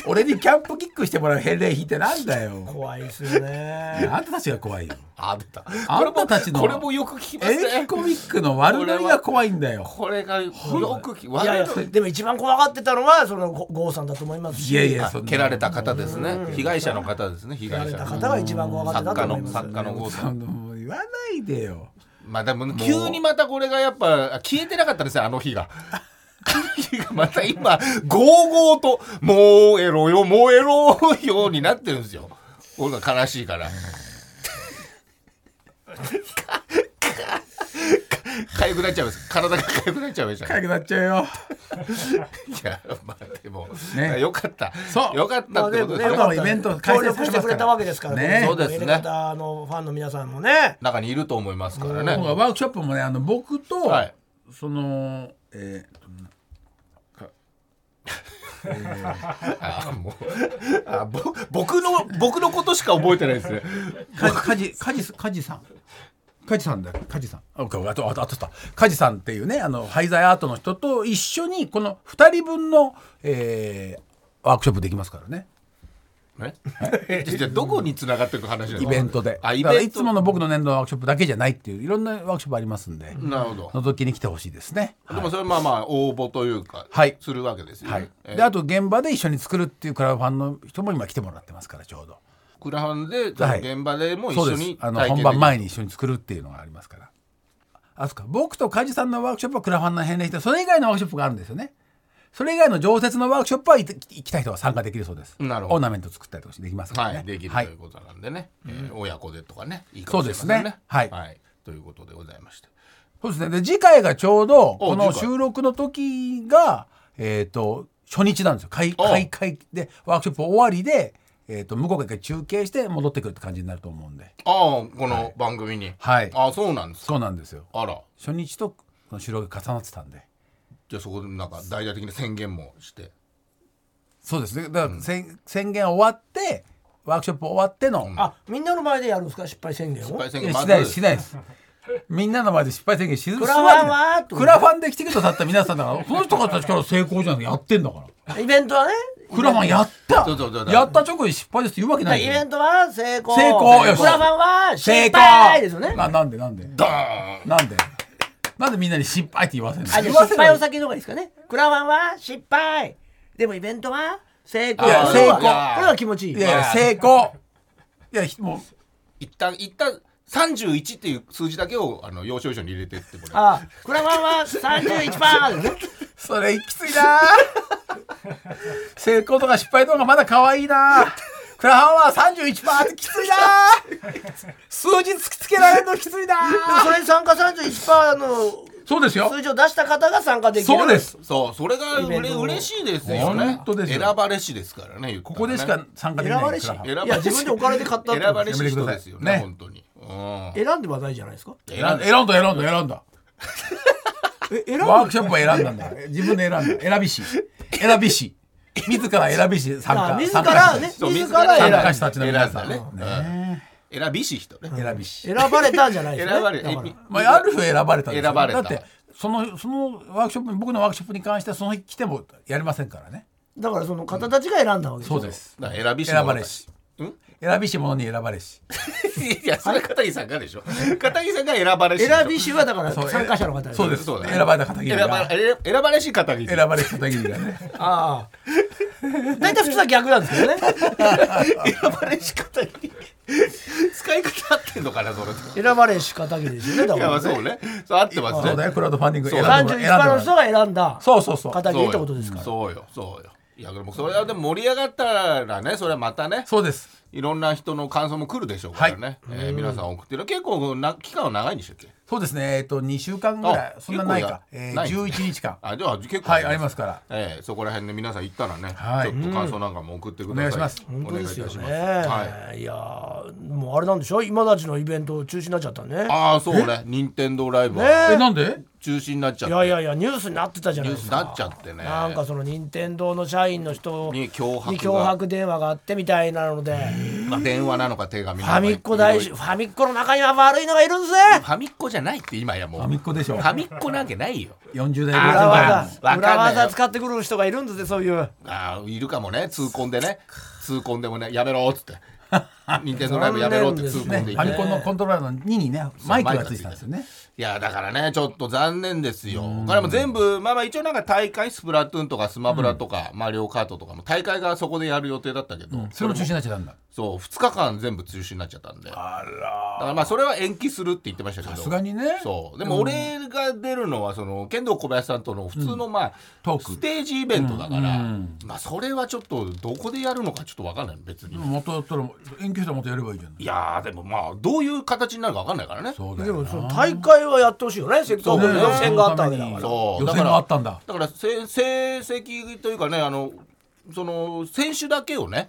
Speaker 3: 俺にキャンプキックしてもらう返礼品ってなんだよ
Speaker 1: 怖いですよね
Speaker 3: あんたたちが怖いよ
Speaker 2: あ出た
Speaker 3: あんたたちの
Speaker 2: これもこれもよく聞きま
Speaker 3: エ
Speaker 2: す
Speaker 3: レキ
Speaker 2: ね
Speaker 3: コミックの悪乗りが怖いんだよ
Speaker 2: これがよく聞き
Speaker 1: いやい
Speaker 2: 悪
Speaker 1: や
Speaker 2: いと
Speaker 1: でも一番怖がってたのはそのゴゴーさんだと思いますし
Speaker 3: いやいや
Speaker 2: あ
Speaker 3: そんな
Speaker 2: 蹴られた方ですね被害者の方ですね被
Speaker 1: やら
Speaker 2: 害
Speaker 1: れ
Speaker 2: 者
Speaker 1: た
Speaker 2: の
Speaker 1: 方が一番怖がってた
Speaker 2: 作
Speaker 1: と
Speaker 2: 家
Speaker 1: 思い
Speaker 2: の
Speaker 1: ますよ
Speaker 2: 作家の郷さん
Speaker 3: もう言わないでよ
Speaker 2: まあでも急にまたこれがやっぱ消えてなかったですよあの日が。あの日がまた今ゴーゴーと「もうエロよもうエロよ」うになってるんですよ。俺が悲しいから。かかかゆくなっちゃいます。体がかゆくなっちゃいました。
Speaker 3: 早くなっちゃうよ
Speaker 2: いやまあでも、
Speaker 3: ね
Speaker 2: よかった。
Speaker 3: そう
Speaker 2: よかったってことです
Speaker 3: まあで
Speaker 2: ね
Speaker 3: も。ねイベント開催
Speaker 1: 協力してくれたわけですから
Speaker 3: ね
Speaker 2: そうですね
Speaker 1: エレガタのファンの皆さんもね
Speaker 2: 中にいると思いますから
Speaker 3: 僕
Speaker 2: ね。
Speaker 3: はワークショップもねあの僕と、
Speaker 2: はい
Speaker 3: そのえー
Speaker 2: あもうあぼ僕の僕のことしか覚えてないですね。
Speaker 3: かかじかじかじさん。かじさんだよ。かじさん。あ、あと、あと、あとだ、かじさんっていうね、あの廃材アートの人と一緒に、この二人分の、えーワークショップできますからね。
Speaker 2: ね、じゃあどこに繋がっていく話なの
Speaker 3: イベントで。
Speaker 2: あイ
Speaker 3: だから
Speaker 2: ベン
Speaker 3: い
Speaker 2: ト
Speaker 3: つもの僕の年度のワークショップだけじゃないっていう、いろんなワークショップありますんで。
Speaker 2: なるほど、
Speaker 3: 覗きに来てほしいですね。
Speaker 2: でもそれはまあまあ応募というか、
Speaker 3: はい
Speaker 2: するわけですよね、
Speaker 3: はい。
Speaker 2: え
Speaker 3: で、あと現場で一緒に作るっていうクラファンの人も今来てもらってますから、ちょうど。
Speaker 2: クラハンで、
Speaker 3: はい
Speaker 2: 現場でも一
Speaker 3: そう
Speaker 2: 緒
Speaker 3: です
Speaker 2: に
Speaker 3: あ
Speaker 2: 体験で
Speaker 3: の
Speaker 2: き
Speaker 3: 本
Speaker 2: る
Speaker 3: 番前に一緒に作るっていうのがありますからあそうか僕と梶さんのワークショップはクラファンの返礼してそれ以外のワークショップがあるんですよねそれ以外の常設のワークショップはい行きたい人は参加できるそうです
Speaker 2: なるほど
Speaker 3: オーナメント作ったりとかしてできますから
Speaker 2: は
Speaker 3: ね
Speaker 2: い、できると
Speaker 3: はい
Speaker 2: いうことなんでね、えー親子でとかね、いいか
Speaker 3: そ
Speaker 2: も
Speaker 3: う
Speaker 2: しれ
Speaker 3: で
Speaker 2: ますせん
Speaker 3: ね
Speaker 2: ね。
Speaker 3: はい
Speaker 2: ということでございまして。
Speaker 3: そうですねで次回がちょうどこの
Speaker 2: 次回
Speaker 3: 収録の時がえっ、と初日なんですよ開
Speaker 2: お
Speaker 3: 開会でワークショップ終わりで、えー、と向こうが一回中継して戻ってくるって感じになると思うんで
Speaker 2: ああ、この番組に。
Speaker 3: はい
Speaker 2: ああ、そうなんですか。
Speaker 3: そうなんですよ
Speaker 2: あら、
Speaker 3: 初日とこの収録が重なってたんで
Speaker 2: じゃあそこでなんか大々的な宣言もして。
Speaker 3: そうですね。だから、せん宣言終わってワークショップ終わっての、あ
Speaker 1: あみんなの前でやるんですか失敗宣言を
Speaker 2: 失敗宣
Speaker 3: い
Speaker 2: 言ま
Speaker 3: やしないし
Speaker 2: ず。
Speaker 3: ないです。みんなの前で失敗宣言しず
Speaker 1: クラファンは
Speaker 3: すわけないクラファンで来てくださった皆さんだからこの人たちから成功じゃなくてやってんだから
Speaker 1: イベントはね
Speaker 3: クラファンやった
Speaker 2: そうそうそう
Speaker 3: やった直後に失敗ですって言うわけない
Speaker 1: イ
Speaker 3: よ
Speaker 1: ベントは成功
Speaker 3: 成功よし
Speaker 1: クラファンは失敗ですよね
Speaker 3: ななんでなんで
Speaker 2: ドーン
Speaker 3: なんでなんでみんなに失敗って言わせるの
Speaker 1: あじゃ
Speaker 3: 言
Speaker 1: あ
Speaker 3: わせ
Speaker 1: 失
Speaker 3: ない
Speaker 1: 敗を先の方がいいですかねクラファンは失敗でもイベントは成功
Speaker 2: いや
Speaker 1: これは
Speaker 3: 成功
Speaker 1: これは気持ちいい
Speaker 3: いやいや成功いやひも
Speaker 2: 一旦、一旦、31っていう数字だけをあの要所要所に入れてってこれ。
Speaker 1: あクラファンは31%ですね
Speaker 3: うそれきついな成功とか失敗とかまだ可愛いなクラハンは31パーってきついな数字突きつけられるのきついな
Speaker 1: でもそれに参加31%の
Speaker 3: そうですよ
Speaker 1: 数字を出した方が参加できる
Speaker 3: そうです
Speaker 2: そう、それが
Speaker 1: イベ
Speaker 2: う
Speaker 1: ン
Speaker 2: れ
Speaker 1: トも
Speaker 2: 嬉しいですよね。
Speaker 3: 本当ですよ
Speaker 2: 選ばれしですからね。言ったらね
Speaker 3: ここでしか参加でき
Speaker 1: 選
Speaker 3: ない
Speaker 1: ばれし
Speaker 3: クラハン
Speaker 1: い
Speaker 2: 選ば
Speaker 1: や
Speaker 2: れし
Speaker 1: 自分でお金で買ったって
Speaker 2: 選ばれ
Speaker 3: やめ
Speaker 2: して人
Speaker 3: ください
Speaker 2: ですよね、
Speaker 3: ね
Speaker 2: 本当に。うん。
Speaker 1: 選んではないじゃないですか
Speaker 3: 選んだ選んだ選んだ選んだ
Speaker 1: え選
Speaker 3: ワー
Speaker 1: ぶ
Speaker 3: クショップを選んだんだから自分で選んだ選びし選びし自ら選びし参
Speaker 1: あ
Speaker 3: 加
Speaker 1: 自
Speaker 3: 参加
Speaker 1: ら
Speaker 3: し
Speaker 1: ね
Speaker 2: そう
Speaker 1: 自ら
Speaker 3: 参
Speaker 2: 自
Speaker 3: 加
Speaker 2: ら
Speaker 1: 選
Speaker 3: したちの皆さんね
Speaker 2: 選んだね
Speaker 3: ね
Speaker 2: 選びし人ね。
Speaker 3: 選びし
Speaker 1: ぶ選ばれたんじゃないで
Speaker 2: 選
Speaker 1: すか
Speaker 2: ばれ、
Speaker 3: まあ、ある種選ばれたんですよ
Speaker 2: 選ばれた
Speaker 3: だってそのそのワークショップに僕のワークショップに関してはその日来てもやりませんからね
Speaker 1: だからその方たちが選んだわけでしょ
Speaker 3: す
Speaker 2: だから選びし
Speaker 3: 選ばれし
Speaker 2: うん
Speaker 3: 選びし者に選ばれし
Speaker 2: いやそれ片木さんがでしょ片木さんが選ばれし
Speaker 1: 選びしはだから
Speaker 3: そう
Speaker 1: 参加者の方です
Speaker 3: そうです
Speaker 2: そうだね
Speaker 3: 選ばれた片桐
Speaker 2: 選ば
Speaker 3: が
Speaker 2: れ選ばれし片木
Speaker 3: 選ばれた片桐がね
Speaker 1: ああ大体普通は逆なんですけどね
Speaker 2: 選ばれし片桐使い方合ってんのかなそれ
Speaker 1: 選ばれし方でですよねだ
Speaker 2: い
Speaker 1: か
Speaker 2: や
Speaker 1: ら
Speaker 2: まあそうね そう合ってます
Speaker 3: そうだ
Speaker 2: ね
Speaker 3: よクラウドファンディング
Speaker 2: そ
Speaker 3: 選
Speaker 2: うん
Speaker 3: でもら
Speaker 1: 三十一番の
Speaker 3: 選ん
Speaker 1: 人
Speaker 3: でもら
Speaker 1: が選んだ
Speaker 3: そうそうそう
Speaker 1: 片
Speaker 2: そ
Speaker 1: 桐
Speaker 2: うよ
Speaker 1: ってことですから
Speaker 2: そうよそうよいやでもそれはでも盛り上がったらねそれはまたね
Speaker 3: そうです
Speaker 2: いろんな人の感想も来るでしょうからね、えー皆さん送ってる結構な期間は長いんでしたっけ
Speaker 3: そうですねえっと2週間ぐら
Speaker 2: あ
Speaker 3: いそんなないか、
Speaker 2: 結構や
Speaker 3: え
Speaker 2: な
Speaker 3: ー、
Speaker 2: いですね
Speaker 3: 11日間
Speaker 2: あじゃあ結構
Speaker 3: はいありますから
Speaker 2: ええそこら辺で皆さん行ったらね、
Speaker 3: はい
Speaker 2: ちょっと感想なんかも送ってください。
Speaker 3: お願いします
Speaker 1: 本当ですよ
Speaker 2: お
Speaker 1: ね
Speaker 2: 願いいたしますはい。
Speaker 1: いやーもうあれなんでしょ今たちのイベント中止になっちゃったね
Speaker 2: ああそうね、任天堂ライブ
Speaker 1: ね
Speaker 2: は
Speaker 3: えなんで
Speaker 2: 中止になっちゃっ
Speaker 1: い
Speaker 2: て、
Speaker 1: やいやいやニュースになってたじゃない
Speaker 2: ニュー
Speaker 1: で
Speaker 2: ス
Speaker 1: す
Speaker 2: に
Speaker 1: か
Speaker 2: なっちゃってね。
Speaker 1: なんかその任天堂の社員の人
Speaker 2: に脅迫が
Speaker 1: に脅迫電話があってみたいなので
Speaker 2: まあ電話なのか手紙
Speaker 1: フ
Speaker 2: なのか
Speaker 1: ァミッコ大
Speaker 2: い
Speaker 1: 臣
Speaker 2: ろい
Speaker 1: ファミッコの中には悪いのがいるんですね
Speaker 2: ろファミッコじゃないって今やもう。
Speaker 3: ファミッコでしょ
Speaker 2: ファミッコなんてないよ。
Speaker 3: 40代
Speaker 1: 裏
Speaker 2: わか
Speaker 1: 技
Speaker 2: んないわかんない
Speaker 1: 裏技使ってくる人がいるんですねそういう
Speaker 2: ああいるかもね、痛恨でね、痛恨でもね、やめろっつっ て、任天堂ライブやめろって痛
Speaker 3: ね
Speaker 2: 恨で言っ
Speaker 3: ファ
Speaker 2: て
Speaker 3: ミ。コンのコントローラーの2にねマイクがついてたんですよね
Speaker 2: いやだからねちょっと残念ですよ。これも全部まあまあ一応なんか大会スプラトゥーンとかスマブラとか、マリオカートとかも大会がそこでやる予定だったけど、
Speaker 3: それも中止になっちゃったんだ
Speaker 2: そう2日間全部中止になっちゃったんでだか
Speaker 3: あら
Speaker 2: らまあそれは延期するって言ってましたけど
Speaker 3: さすがにね
Speaker 2: そうでも俺が出るのはその剣道小林さんとの普通のまあ、
Speaker 3: トーク
Speaker 2: ステージイベントだから、
Speaker 3: うんう
Speaker 2: まあそれはちょっとどこでやるのかちょっと分かんない別に、
Speaker 3: もっとやったら遠距離もっとやればいいじゃない
Speaker 2: いやーでもまあどういう形になるか分かんないからね
Speaker 3: そうだ
Speaker 1: で
Speaker 3: よ
Speaker 1: も
Speaker 3: な
Speaker 1: その大会はやってほしいよねせっかく
Speaker 2: そうね
Speaker 1: 予選があったわけだから
Speaker 2: そう
Speaker 3: 予
Speaker 2: だ
Speaker 3: 選
Speaker 2: から
Speaker 3: があったんだ
Speaker 2: だからせ成績というかねあのその選手だけをね、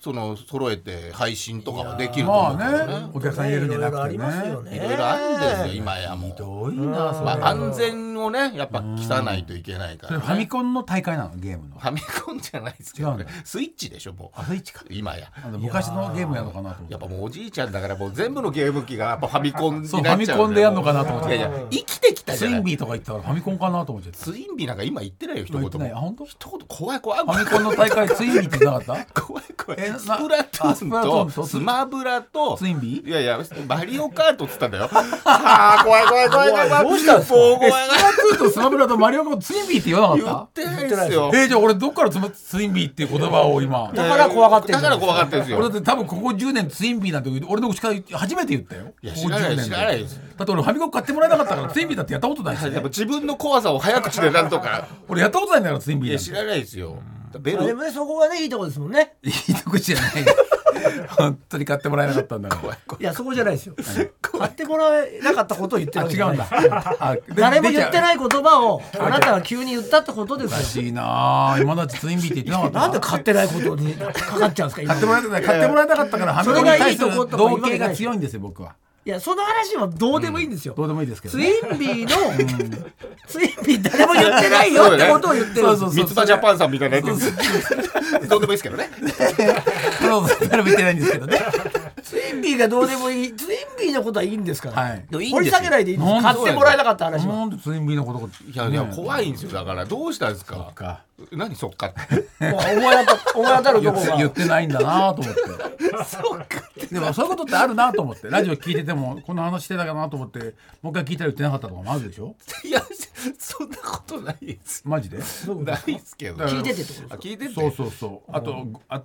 Speaker 2: その揃えて配信とかはできると思
Speaker 3: まあ
Speaker 2: うからね,、
Speaker 3: ねお客さん入れるんじゃなくて
Speaker 1: いろいろありますよ
Speaker 3: ね
Speaker 1: ね
Speaker 2: いろいろあるんですよ今やも
Speaker 3: ひ
Speaker 2: う、
Speaker 3: どいなそ
Speaker 2: ま
Speaker 3: れ
Speaker 2: あ、安全をねやっぱ着さないといけないか
Speaker 3: そ
Speaker 2: ら、
Speaker 3: れ
Speaker 2: ね、
Speaker 3: ファミコンの大会なのゲームの
Speaker 2: ファミコンじゃないですけど、
Speaker 3: 違う
Speaker 2: ね
Speaker 3: んだ、
Speaker 2: スイッチでしょも
Speaker 3: あそれ一か
Speaker 2: う今や
Speaker 3: あの昔のゲームやるのかなと思って
Speaker 2: やっぱもうおじいちゃんだからもう全部のゲーム機がやっぱファミコンになっちゃうん
Speaker 3: そうファミコンでやんのかなと思って
Speaker 2: いやいや生きてきたじ
Speaker 3: ス
Speaker 2: ゃ
Speaker 3: イ
Speaker 2: な
Speaker 3: ン
Speaker 2: い
Speaker 3: ビーとか言ったらファミコンかなと思っちゃって
Speaker 2: ツインビーなんか今言ってないよ一言
Speaker 3: 言ってないあ
Speaker 2: も
Speaker 3: 本当フ
Speaker 2: 一言怖い怖い
Speaker 3: ァミコンの大会ツインビーって言ってなかった
Speaker 2: 怖い怖い
Speaker 3: えな
Speaker 2: スプラトゥ
Speaker 3: あスプラト
Speaker 2: ー
Speaker 3: ゥ
Speaker 2: ン
Speaker 3: ーンと
Speaker 2: とスマブラと
Speaker 3: ツインビー
Speaker 2: いやいやマリオカートっつったんだよあー怖い怖い怖い怖い
Speaker 1: どうしたんですか
Speaker 2: もう怖い怖い
Speaker 3: 2とスマブラとマリオカートツインビーって言わな
Speaker 2: 言
Speaker 3: かっ
Speaker 2: ったてないですよ
Speaker 3: えー、じゃあ俺どっからつまツインビーっていう言葉を今
Speaker 1: だから怖がってる
Speaker 2: だから怖がってるんです
Speaker 3: 俺だ
Speaker 2: よ
Speaker 3: って多分ここ10年ツインビーなんて俺の口から言って初めて言ったよ
Speaker 2: いや
Speaker 3: こ
Speaker 2: 知
Speaker 3: こ
Speaker 2: らない
Speaker 3: 10年
Speaker 2: 知らないです
Speaker 3: だって俺ファミコン買ってもらえなかったからツインビーだってやったことないし、
Speaker 2: やっぱ
Speaker 3: ね、
Speaker 2: 自分の怖さを早口でなんとか
Speaker 3: 俺やったことないんだからツインビ
Speaker 2: い
Speaker 3: ー
Speaker 2: や
Speaker 3: なんて
Speaker 2: 知らないですよベ
Speaker 1: まあで
Speaker 2: ル
Speaker 1: もねそこがねいいとこですもんね
Speaker 3: いいとこじゃない本当に買ってもらえなかったんだから
Speaker 1: いやそこじゃないですよ買ってもらえなかったことを言って
Speaker 3: あ
Speaker 1: るわけ
Speaker 3: 違
Speaker 1: じゃ
Speaker 3: う
Speaker 1: ない
Speaker 3: んだあで
Speaker 1: 誰も言って
Speaker 3: 出ちゃう
Speaker 1: ない言葉をあなたが急に言ったってことで
Speaker 3: おか
Speaker 1: すよ
Speaker 3: しいなあ今だってツインビーって言ってなかった
Speaker 1: なんで買ってないことにかかっちゃうんですか今
Speaker 3: 買ってもらえなかった買ってもらえなかったからファミコンに対する同型が強いんですよ僕はい
Speaker 1: やその話はどうでもいいんですよ、
Speaker 3: どうでもいいですけど、
Speaker 1: ツ
Speaker 3: ね、
Speaker 1: インビーのツインビー誰も言ってないよってことを言ってるんです
Speaker 3: そうそう
Speaker 2: 三ツ葉ジャパンさんみたいなやつですどうでもいいですけどね
Speaker 3: そう そう誰も言ってないんですけどね
Speaker 1: ツインビーがどうでもいいツインビーのことはいいんですから、
Speaker 3: はい
Speaker 1: でも掘り下げないでいいんです
Speaker 3: なんで
Speaker 1: 買ってもらえなかった話は
Speaker 3: なんでツインビーのことか
Speaker 2: いやいや怖いんですよだからどうしたんですか
Speaker 3: か
Speaker 2: 何そっかって
Speaker 1: もう思い当た思い当たる
Speaker 3: 言
Speaker 1: と
Speaker 3: っ
Speaker 1: こ
Speaker 3: て
Speaker 1: が
Speaker 3: 言ってないんだな と思ってでもそういうことってあるなと思ってラジオ聞いててもこの話してたかなと思ってもう一回聞いたら言ってなかったとかもあるでしょ
Speaker 2: いやそんなことないです
Speaker 3: マジで
Speaker 2: ないですけど
Speaker 3: 聞
Speaker 1: いててってことですか
Speaker 2: あ聞いてて
Speaker 3: そうそうそうあと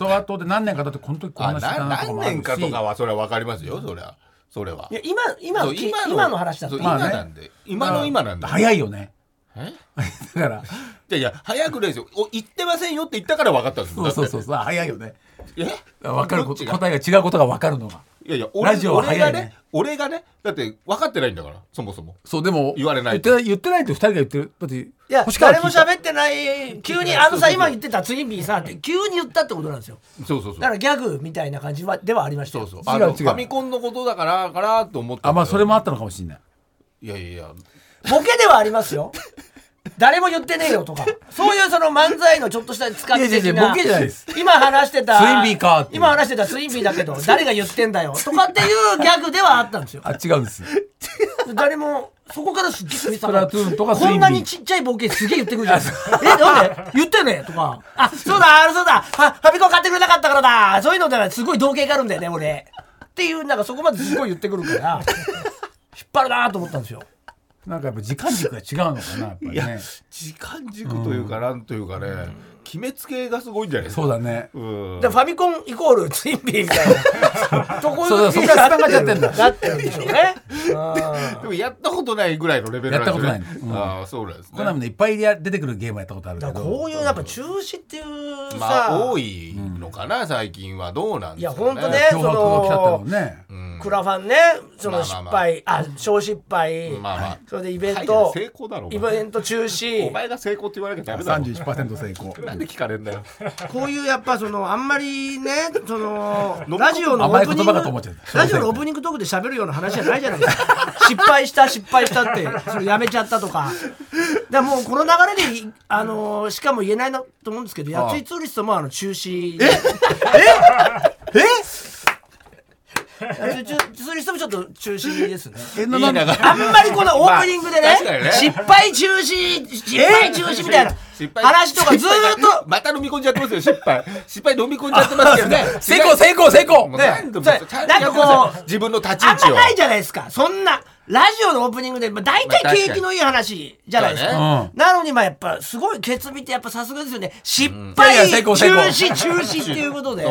Speaker 3: 後々で何年か経ってこの時この
Speaker 2: あ
Speaker 3: 話してた
Speaker 2: な
Speaker 3: なとか
Speaker 2: 何
Speaker 3: もある
Speaker 2: 年かと
Speaker 3: し
Speaker 2: かはそれは分かりますよそれはそれはい
Speaker 1: や今今
Speaker 2: そ
Speaker 1: の
Speaker 2: う
Speaker 1: 今の話だっ
Speaker 2: そう
Speaker 1: た
Speaker 3: ま
Speaker 2: 今
Speaker 3: あね
Speaker 2: なんで今の今なんで
Speaker 3: 早いよね
Speaker 2: え
Speaker 3: だから
Speaker 2: いやいや早くないですよお言ってませんよって言ったから分かったんです
Speaker 3: そうそうそううそう早いよね
Speaker 2: え
Speaker 3: 分かる
Speaker 2: ど
Speaker 3: こ
Speaker 2: っ
Speaker 3: と
Speaker 2: ちが
Speaker 3: 答えが違うことが分かるのが
Speaker 2: いやいや俺
Speaker 3: ラジオは早いね
Speaker 2: 俺がね俺がねだって分かってないんだからそもそも
Speaker 3: そうでも
Speaker 2: 言われない
Speaker 3: 言って言ってないと二人が言ってるだってい
Speaker 1: いや誰も喋ってない急にあのさ今言ってたツインビーさって急に言ったってことなんですよ
Speaker 2: そうそうそう
Speaker 1: だからギャグみたいな感じはではありました
Speaker 2: そ
Speaker 1: よ
Speaker 2: うそう
Speaker 3: 違う
Speaker 2: あの
Speaker 3: 違う
Speaker 2: ファミコンのことだからからと思って
Speaker 3: あまあそれもあったのかもしれない
Speaker 2: いやいやいや
Speaker 1: ボケではありますよ誰も言ってねえよとかそういうその漫才のちょっとした使い
Speaker 3: いやいや
Speaker 1: 的
Speaker 3: いや
Speaker 1: な
Speaker 3: ボケじゃないです
Speaker 1: 今話してた
Speaker 3: ツインビーかっていう
Speaker 1: 今話してたツインビーだけど誰が言ってんだよとかっていうギャグではあったんですよ
Speaker 3: あ違うんです
Speaker 1: 誰もそこからすっげえス
Speaker 3: プラトゥーンとかツインビー
Speaker 1: こんなにちっちゃいボケすげえ言ってく るじゃないですかえなんで言ってねとかあそうだあれそうだはファミコン買ってくれなかったからだそういうのだからすごい同型があるんだよね俺っていうなんかそこまですごい言ってくるから引っ張るなと思ったんですよ
Speaker 3: なんかやっぱ時間軸が違うのかなやっぱり
Speaker 2: いや
Speaker 3: ね
Speaker 2: 時間軸というかなんというかね、決めつけがすごいんじゃないですか
Speaker 3: そうだね
Speaker 2: うん
Speaker 1: でファミコンイコールツインビーみたいなとこ
Speaker 3: そうだそこ
Speaker 1: にな
Speaker 3: が繋がっちゃってんだ
Speaker 1: なってるんでしょうね。
Speaker 2: でもやったことないぐらいのレベルなんですよね
Speaker 3: やったことないの
Speaker 2: ああそうなんですね
Speaker 3: コナミのいっぱいや出てくるゲームやったことあるけ
Speaker 1: だか
Speaker 3: ど
Speaker 1: らこういうやっぱ中止っていうさ、
Speaker 2: まあ多いのかな、最近はどうなんですか、
Speaker 1: い
Speaker 2: ね、
Speaker 1: やほんとね
Speaker 3: 脅迫が来たってのもね
Speaker 1: クラファンねその失敗、あ小失敗、
Speaker 2: まあまあ
Speaker 1: それでイベン
Speaker 2: はい
Speaker 1: ト、
Speaker 2: 成功だろお
Speaker 1: イ
Speaker 2: 前
Speaker 1: ベント中
Speaker 2: お
Speaker 1: 止
Speaker 2: 前が成功って言わなきゃダメだろ
Speaker 3: 31% 成功
Speaker 2: なんで聞かれんだよ
Speaker 1: こういうやっぱそのあんまりねそ の
Speaker 2: 飲み込む
Speaker 1: ラジオのオ
Speaker 3: 甘い
Speaker 1: ープニ
Speaker 3: 言
Speaker 1: ング
Speaker 3: 葉だと思っちゃった
Speaker 1: ラジオのオープニングトークで喋るような話じゃないじゃないですか失敗した失敗したってそれやめちゃったとかだからもうこの流れであのしかも言えないなと思うんですけどやついツーリストもあの中止えや
Speaker 3: え
Speaker 1: ついツーリストもちょっと中止ですね
Speaker 3: え
Speaker 2: いい
Speaker 3: な
Speaker 2: 流れ
Speaker 3: な
Speaker 2: ま
Speaker 1: あんまりこのオープニングでね,、
Speaker 2: まあ確かにね
Speaker 1: 失敗中止失敗中止みたいな
Speaker 2: 失敗
Speaker 1: 話とかずーっ
Speaker 2: 失敗
Speaker 1: と
Speaker 2: また飲み込んじゃってますよ失敗失敗飲み込んじゃってます よね
Speaker 3: 成功成功成功
Speaker 2: もう
Speaker 1: ね
Speaker 2: 何度もちゃんとやってくだ
Speaker 1: なんか
Speaker 2: さ
Speaker 1: こ
Speaker 2: い自分の立ち位
Speaker 1: あん
Speaker 2: 置
Speaker 1: ま
Speaker 2: を
Speaker 1: ないじゃないですかそんなラジオのオープニングで、まあ、大
Speaker 2: まあ確か
Speaker 1: 体
Speaker 2: に
Speaker 1: 景気のいい話じゃないですか、
Speaker 2: そう
Speaker 3: だね
Speaker 1: なのにまあやっぱすごいケツビってやっぱさすがですよね失
Speaker 3: い
Speaker 1: 敗
Speaker 3: やいや
Speaker 1: 中
Speaker 3: 成
Speaker 1: 止
Speaker 3: 功成功
Speaker 1: 中止っていうことで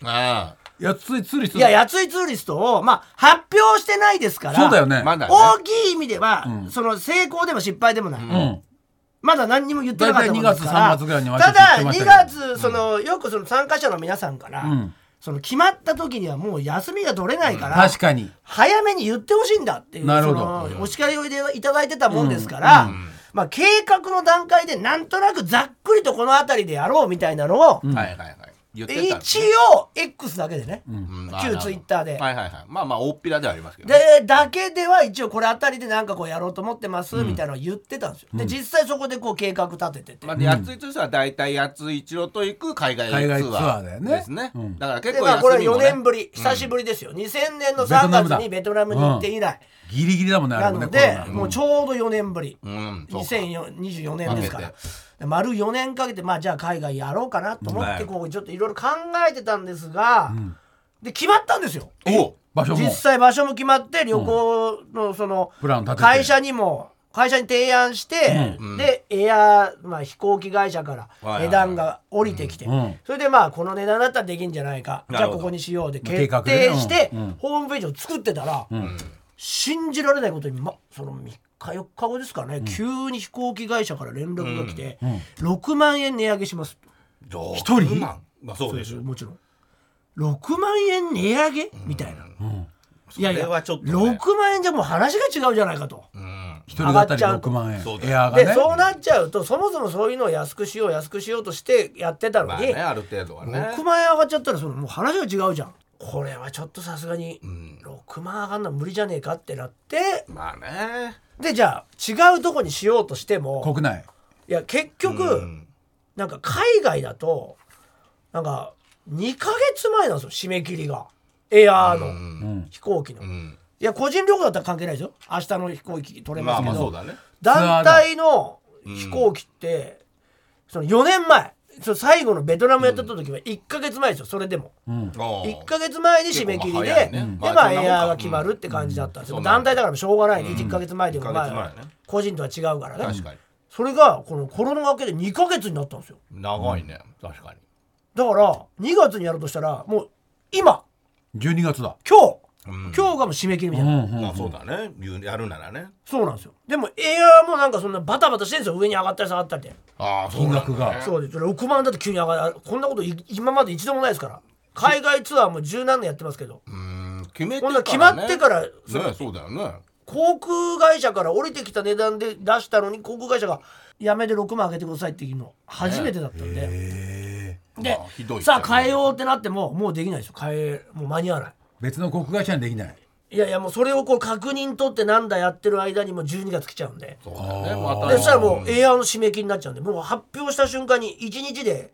Speaker 2: そあ
Speaker 3: やついツーリスト
Speaker 1: いややついツーリストをまあ発表してないですから
Speaker 3: そうだよね
Speaker 2: あまだね
Speaker 1: 大きい意味では、その成功でも失敗でもない、
Speaker 3: うん
Speaker 1: まだ何にも言ってなかったもんですから
Speaker 3: 大体2月3月ぐらいに
Speaker 1: た
Speaker 3: 私
Speaker 1: だ
Speaker 3: 言って
Speaker 1: 2
Speaker 3: ましたけ
Speaker 1: 月そのよくその参加者の皆さんから、
Speaker 3: ん
Speaker 1: その決まった時にはもう休みが取れないから、
Speaker 3: 確かに
Speaker 1: 早めに言ってほしいんだっていう
Speaker 3: なるほど
Speaker 1: そのお叱りをいただいてたもんですから、まあ、計画の段階でなんとなくざっくりとこの辺りでやろうみたいなのを、
Speaker 2: あはいはいはい言ってたんです
Speaker 1: 一
Speaker 2: ね
Speaker 1: 応 X だけでね、
Speaker 2: うん
Speaker 1: 旧ツイッターで。
Speaker 2: はいはいはいまあまあ大っぴらではありますけどね
Speaker 1: でだけでは一応これあたりでなんかこうやろうと思ってますみたいなのを言ってたんですよ。で実際そこでこう計画立ててて、
Speaker 2: まあ、で、やついとしては大体やついちろと行く海外ツア
Speaker 3: 海
Speaker 2: ー
Speaker 3: 外ツアーだよね
Speaker 2: ですね、
Speaker 3: うん
Speaker 2: だから
Speaker 1: で
Speaker 2: 結構
Speaker 1: まあこれは
Speaker 2: 休みも、
Speaker 1: 4
Speaker 2: ね、
Speaker 1: 年ぶり久しぶりですよ、2000年の3
Speaker 3: ベトナ
Speaker 1: 月
Speaker 3: ムだ
Speaker 1: にベトナムに行って以来、
Speaker 3: ギリギリだもんねあ
Speaker 1: な
Speaker 3: れもね
Speaker 1: の
Speaker 3: コロ
Speaker 1: で、
Speaker 3: ナ
Speaker 1: もうちょうど4年ぶり、
Speaker 2: うんそうか
Speaker 1: 2024年ですか
Speaker 2: 分
Speaker 1: ら
Speaker 2: け
Speaker 1: で丸4年かけてまあじゃあ海外やろうかなと思っ
Speaker 3: は
Speaker 1: て
Speaker 3: い
Speaker 1: こうちょっといろいろ考えてたんですが、で決まったんですよ
Speaker 2: おう
Speaker 3: 場所も
Speaker 1: 実際場所も決まって旅行のその
Speaker 3: プラン立てて
Speaker 1: 会社にも会社に提案して、でエア、まあ、飛行機会社か
Speaker 2: い
Speaker 1: ら
Speaker 2: はい
Speaker 1: 値段が降りてきて、
Speaker 3: ん
Speaker 1: それでまあこの値段だったらできんじゃないかじ
Speaker 2: な
Speaker 1: ゃあ
Speaker 2: るほど
Speaker 1: ここにしようで
Speaker 3: まあ計
Speaker 1: 決
Speaker 3: 画で
Speaker 1: 定
Speaker 3: ね
Speaker 1: して、
Speaker 3: うんうん
Speaker 1: ホームページを作ってたら、信じられないことに、ま、その3日4日後ですかね、急に飛行機会社から連絡が来て、6万円値上げします
Speaker 2: どう
Speaker 3: 一人
Speaker 2: まあまあそうでしょ
Speaker 1: もちろん6万円値上げみたいな、いやいや
Speaker 2: それはちょっとね
Speaker 1: 6万円じゃもう話が違うじゃないかと。
Speaker 2: うん
Speaker 3: 一人当たり6万円
Speaker 2: そうだよ
Speaker 3: エアが
Speaker 1: で、
Speaker 3: ね
Speaker 1: そうなっちゃうとそもそもそういうのを安くしよう安くしようとしてやってたの
Speaker 2: まあ
Speaker 1: に、
Speaker 2: ねある程度はね
Speaker 1: 6万円上がっちゃったらそのもう話が違うじゃんこれはちょっとさすがに
Speaker 2: ん
Speaker 1: 6万上がんの無理じゃねえかってなって
Speaker 2: まあね
Speaker 1: でじゃあ違うとこにしようとしても
Speaker 3: 国内
Speaker 1: いや結局、
Speaker 2: うん
Speaker 1: なんか海外だとなんか2ヶ月前なんですよ締め切りがエアーの、
Speaker 3: うん
Speaker 1: 飛行機の、
Speaker 2: う
Speaker 1: い
Speaker 2: ん
Speaker 1: や個人旅行だったら関係ないですよ明日の飛行機取れま
Speaker 2: ますあ
Speaker 1: けど、
Speaker 2: まあそうだね
Speaker 1: 団体の飛行機って、その4年前その最後のベトナムやった時は1か月前ですよそれでも、
Speaker 3: うん
Speaker 2: 一
Speaker 1: 1か月前に締め切りで、
Speaker 2: 結構まあ早い
Speaker 1: で
Speaker 2: ねうん
Speaker 1: ま
Speaker 2: ま
Speaker 1: あ
Speaker 2: あ
Speaker 1: エアーが決まるって感じだったんですよ、
Speaker 2: うん
Speaker 1: 団体だからしょうがないね、1か月前でも、
Speaker 2: 一ヶ月前
Speaker 1: まあ
Speaker 2: ね
Speaker 1: 個人とは違うからね
Speaker 2: 確かに
Speaker 1: それがこのコロナ明けで2か月になったんですよ
Speaker 2: 長いね確かに
Speaker 1: だから2月にやるとしたらもう今
Speaker 3: 12月だ
Speaker 1: 今日、
Speaker 2: うん
Speaker 1: 今日がもう締め切りみたいな、
Speaker 2: まあそうだね言うやるならね
Speaker 1: そうなんですよでもエアーもなんかそんなバタバタしてるんですよ上に上がったり下がったりで
Speaker 2: ああ
Speaker 3: 金額が
Speaker 1: そうです6万だって急に上がるこんなことい今まで一度もないですから海外ツアーも十何年やってますけど
Speaker 2: うん決めて
Speaker 1: こんな決まってかららその
Speaker 2: ねそうだよね
Speaker 1: 航空会社から降りてきた値段で出したのに航空会社が「やめで6万上げてください」っていうの初めてだったんで、
Speaker 3: ええ
Speaker 1: で
Speaker 2: まあひどい
Speaker 1: さあ変えようってなってももうできないですよ変えもう間に合わない
Speaker 3: 別の航空会社にできない
Speaker 1: いやいやもうそれをこう確認取ってなんだやってる間にもう12月来ちゃうんで
Speaker 2: そうだよねまた
Speaker 1: でそしたらもうエアーの締め切りになっちゃうんでもう発表した瞬間に1日で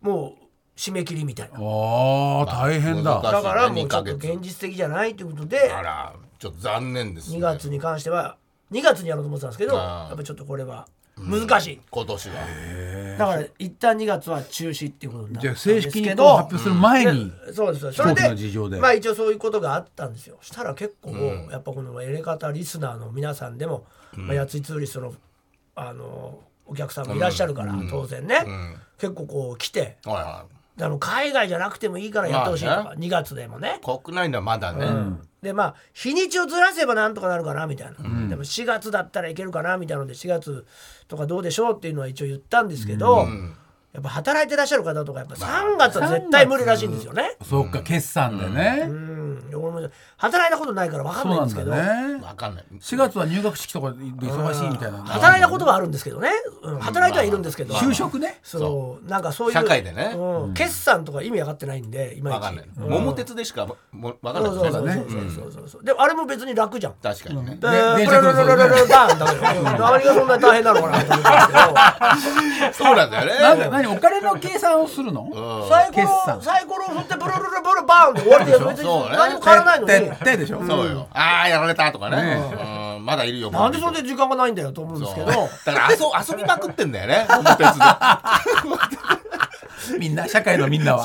Speaker 1: もう締め切りみたいな
Speaker 3: あー大変だ
Speaker 2: 難
Speaker 1: だからもう
Speaker 2: 二
Speaker 1: ちょ
Speaker 2: ヶ
Speaker 1: っと
Speaker 2: 月
Speaker 1: 現実的じゃないということで
Speaker 2: あらちょっと残念ですね
Speaker 1: 2月に関しては2月にやろうと思ってたんですけど
Speaker 2: あー
Speaker 1: やっぱちょっとこれは難しい、
Speaker 2: 今年は
Speaker 1: だから一旦2月は中止っていうことになっ
Speaker 3: じ
Speaker 1: た
Speaker 3: ゃ
Speaker 1: んで
Speaker 3: あ
Speaker 1: すけど
Speaker 3: 正式にこう発表する前に
Speaker 1: でそうですそ
Speaker 3: 飛行
Speaker 1: れ
Speaker 3: 機の事情
Speaker 1: で
Speaker 3: で
Speaker 1: まあ一応そういうことがあったんですよしたら結構、やっぱこのエレカタリスナーの皆さんでも、まあ、やついツーリストのあのお客さんもいらっしゃるから、当然ね、結構こう来て
Speaker 2: はいはい
Speaker 1: あの海外じゃなくてもいいからやってほしいとか、
Speaker 2: まあ
Speaker 1: 2月でもね
Speaker 2: 国内ではまだね、
Speaker 1: でまあ日にちをずらせばなんとかなるかなみたいな、でも4月だったらいけるかなみたいなので4月とかどうでしょうっていうのは一応言ったんですけど、やっぱ働いてらっしゃる方とかやっぱ3月は絶対無理らしいんですよね。
Speaker 3: そっか決算で
Speaker 1: う
Speaker 3: ね
Speaker 1: ん、俺も働いたことないから分かん
Speaker 3: そう
Speaker 1: ないん
Speaker 3: な
Speaker 1: ですけ
Speaker 3: ん
Speaker 1: ど、
Speaker 3: だね
Speaker 2: わかんない
Speaker 3: 4月は入学式とかで忙しいみたいな
Speaker 1: 働いたことはあるんですけどね、うん、働いてはいるんですけど、
Speaker 3: 就職ね
Speaker 1: そうなんかそういう
Speaker 2: 社会でね
Speaker 1: うん、決算とか意味分かってないんでいま
Speaker 2: わ
Speaker 1: い
Speaker 2: か
Speaker 1: ち
Speaker 2: んない、桃鉄でしかももわかん
Speaker 1: そ
Speaker 2: な
Speaker 1: う
Speaker 2: い
Speaker 1: そう
Speaker 2: で
Speaker 1: そ
Speaker 2: す
Speaker 1: う
Speaker 2: ね
Speaker 1: そうそうそうでもあれも別に楽じゃん
Speaker 2: 確かに
Speaker 1: で、
Speaker 2: ね、
Speaker 3: ね電
Speaker 1: プ
Speaker 3: 車
Speaker 1: ラ
Speaker 3: 来
Speaker 1: ララ
Speaker 3: るそ
Speaker 1: ラ
Speaker 3: うだね
Speaker 1: ララバーンだから、何がそんなに大変なのかなと思ったんで
Speaker 2: そうなんだよね
Speaker 3: なんだ何お金の計算をするの
Speaker 1: すけど、サイコ
Speaker 3: 決
Speaker 1: ロ、
Speaker 3: 算
Speaker 1: サイコロを振って、ブルルルブルバーンって終わりで、別に
Speaker 2: そうね
Speaker 1: 何も変わらないの
Speaker 3: て
Speaker 1: に
Speaker 3: っ。てでしょ
Speaker 2: そうよああやられたとかね
Speaker 3: ね
Speaker 2: うんまだいるよ
Speaker 1: なんでそれで時間がないんだよと思うんですけ
Speaker 2: そう
Speaker 1: ど、
Speaker 2: だから遊遊 びまくってんだよ ね桃鉄で
Speaker 3: みんな社会のみんなは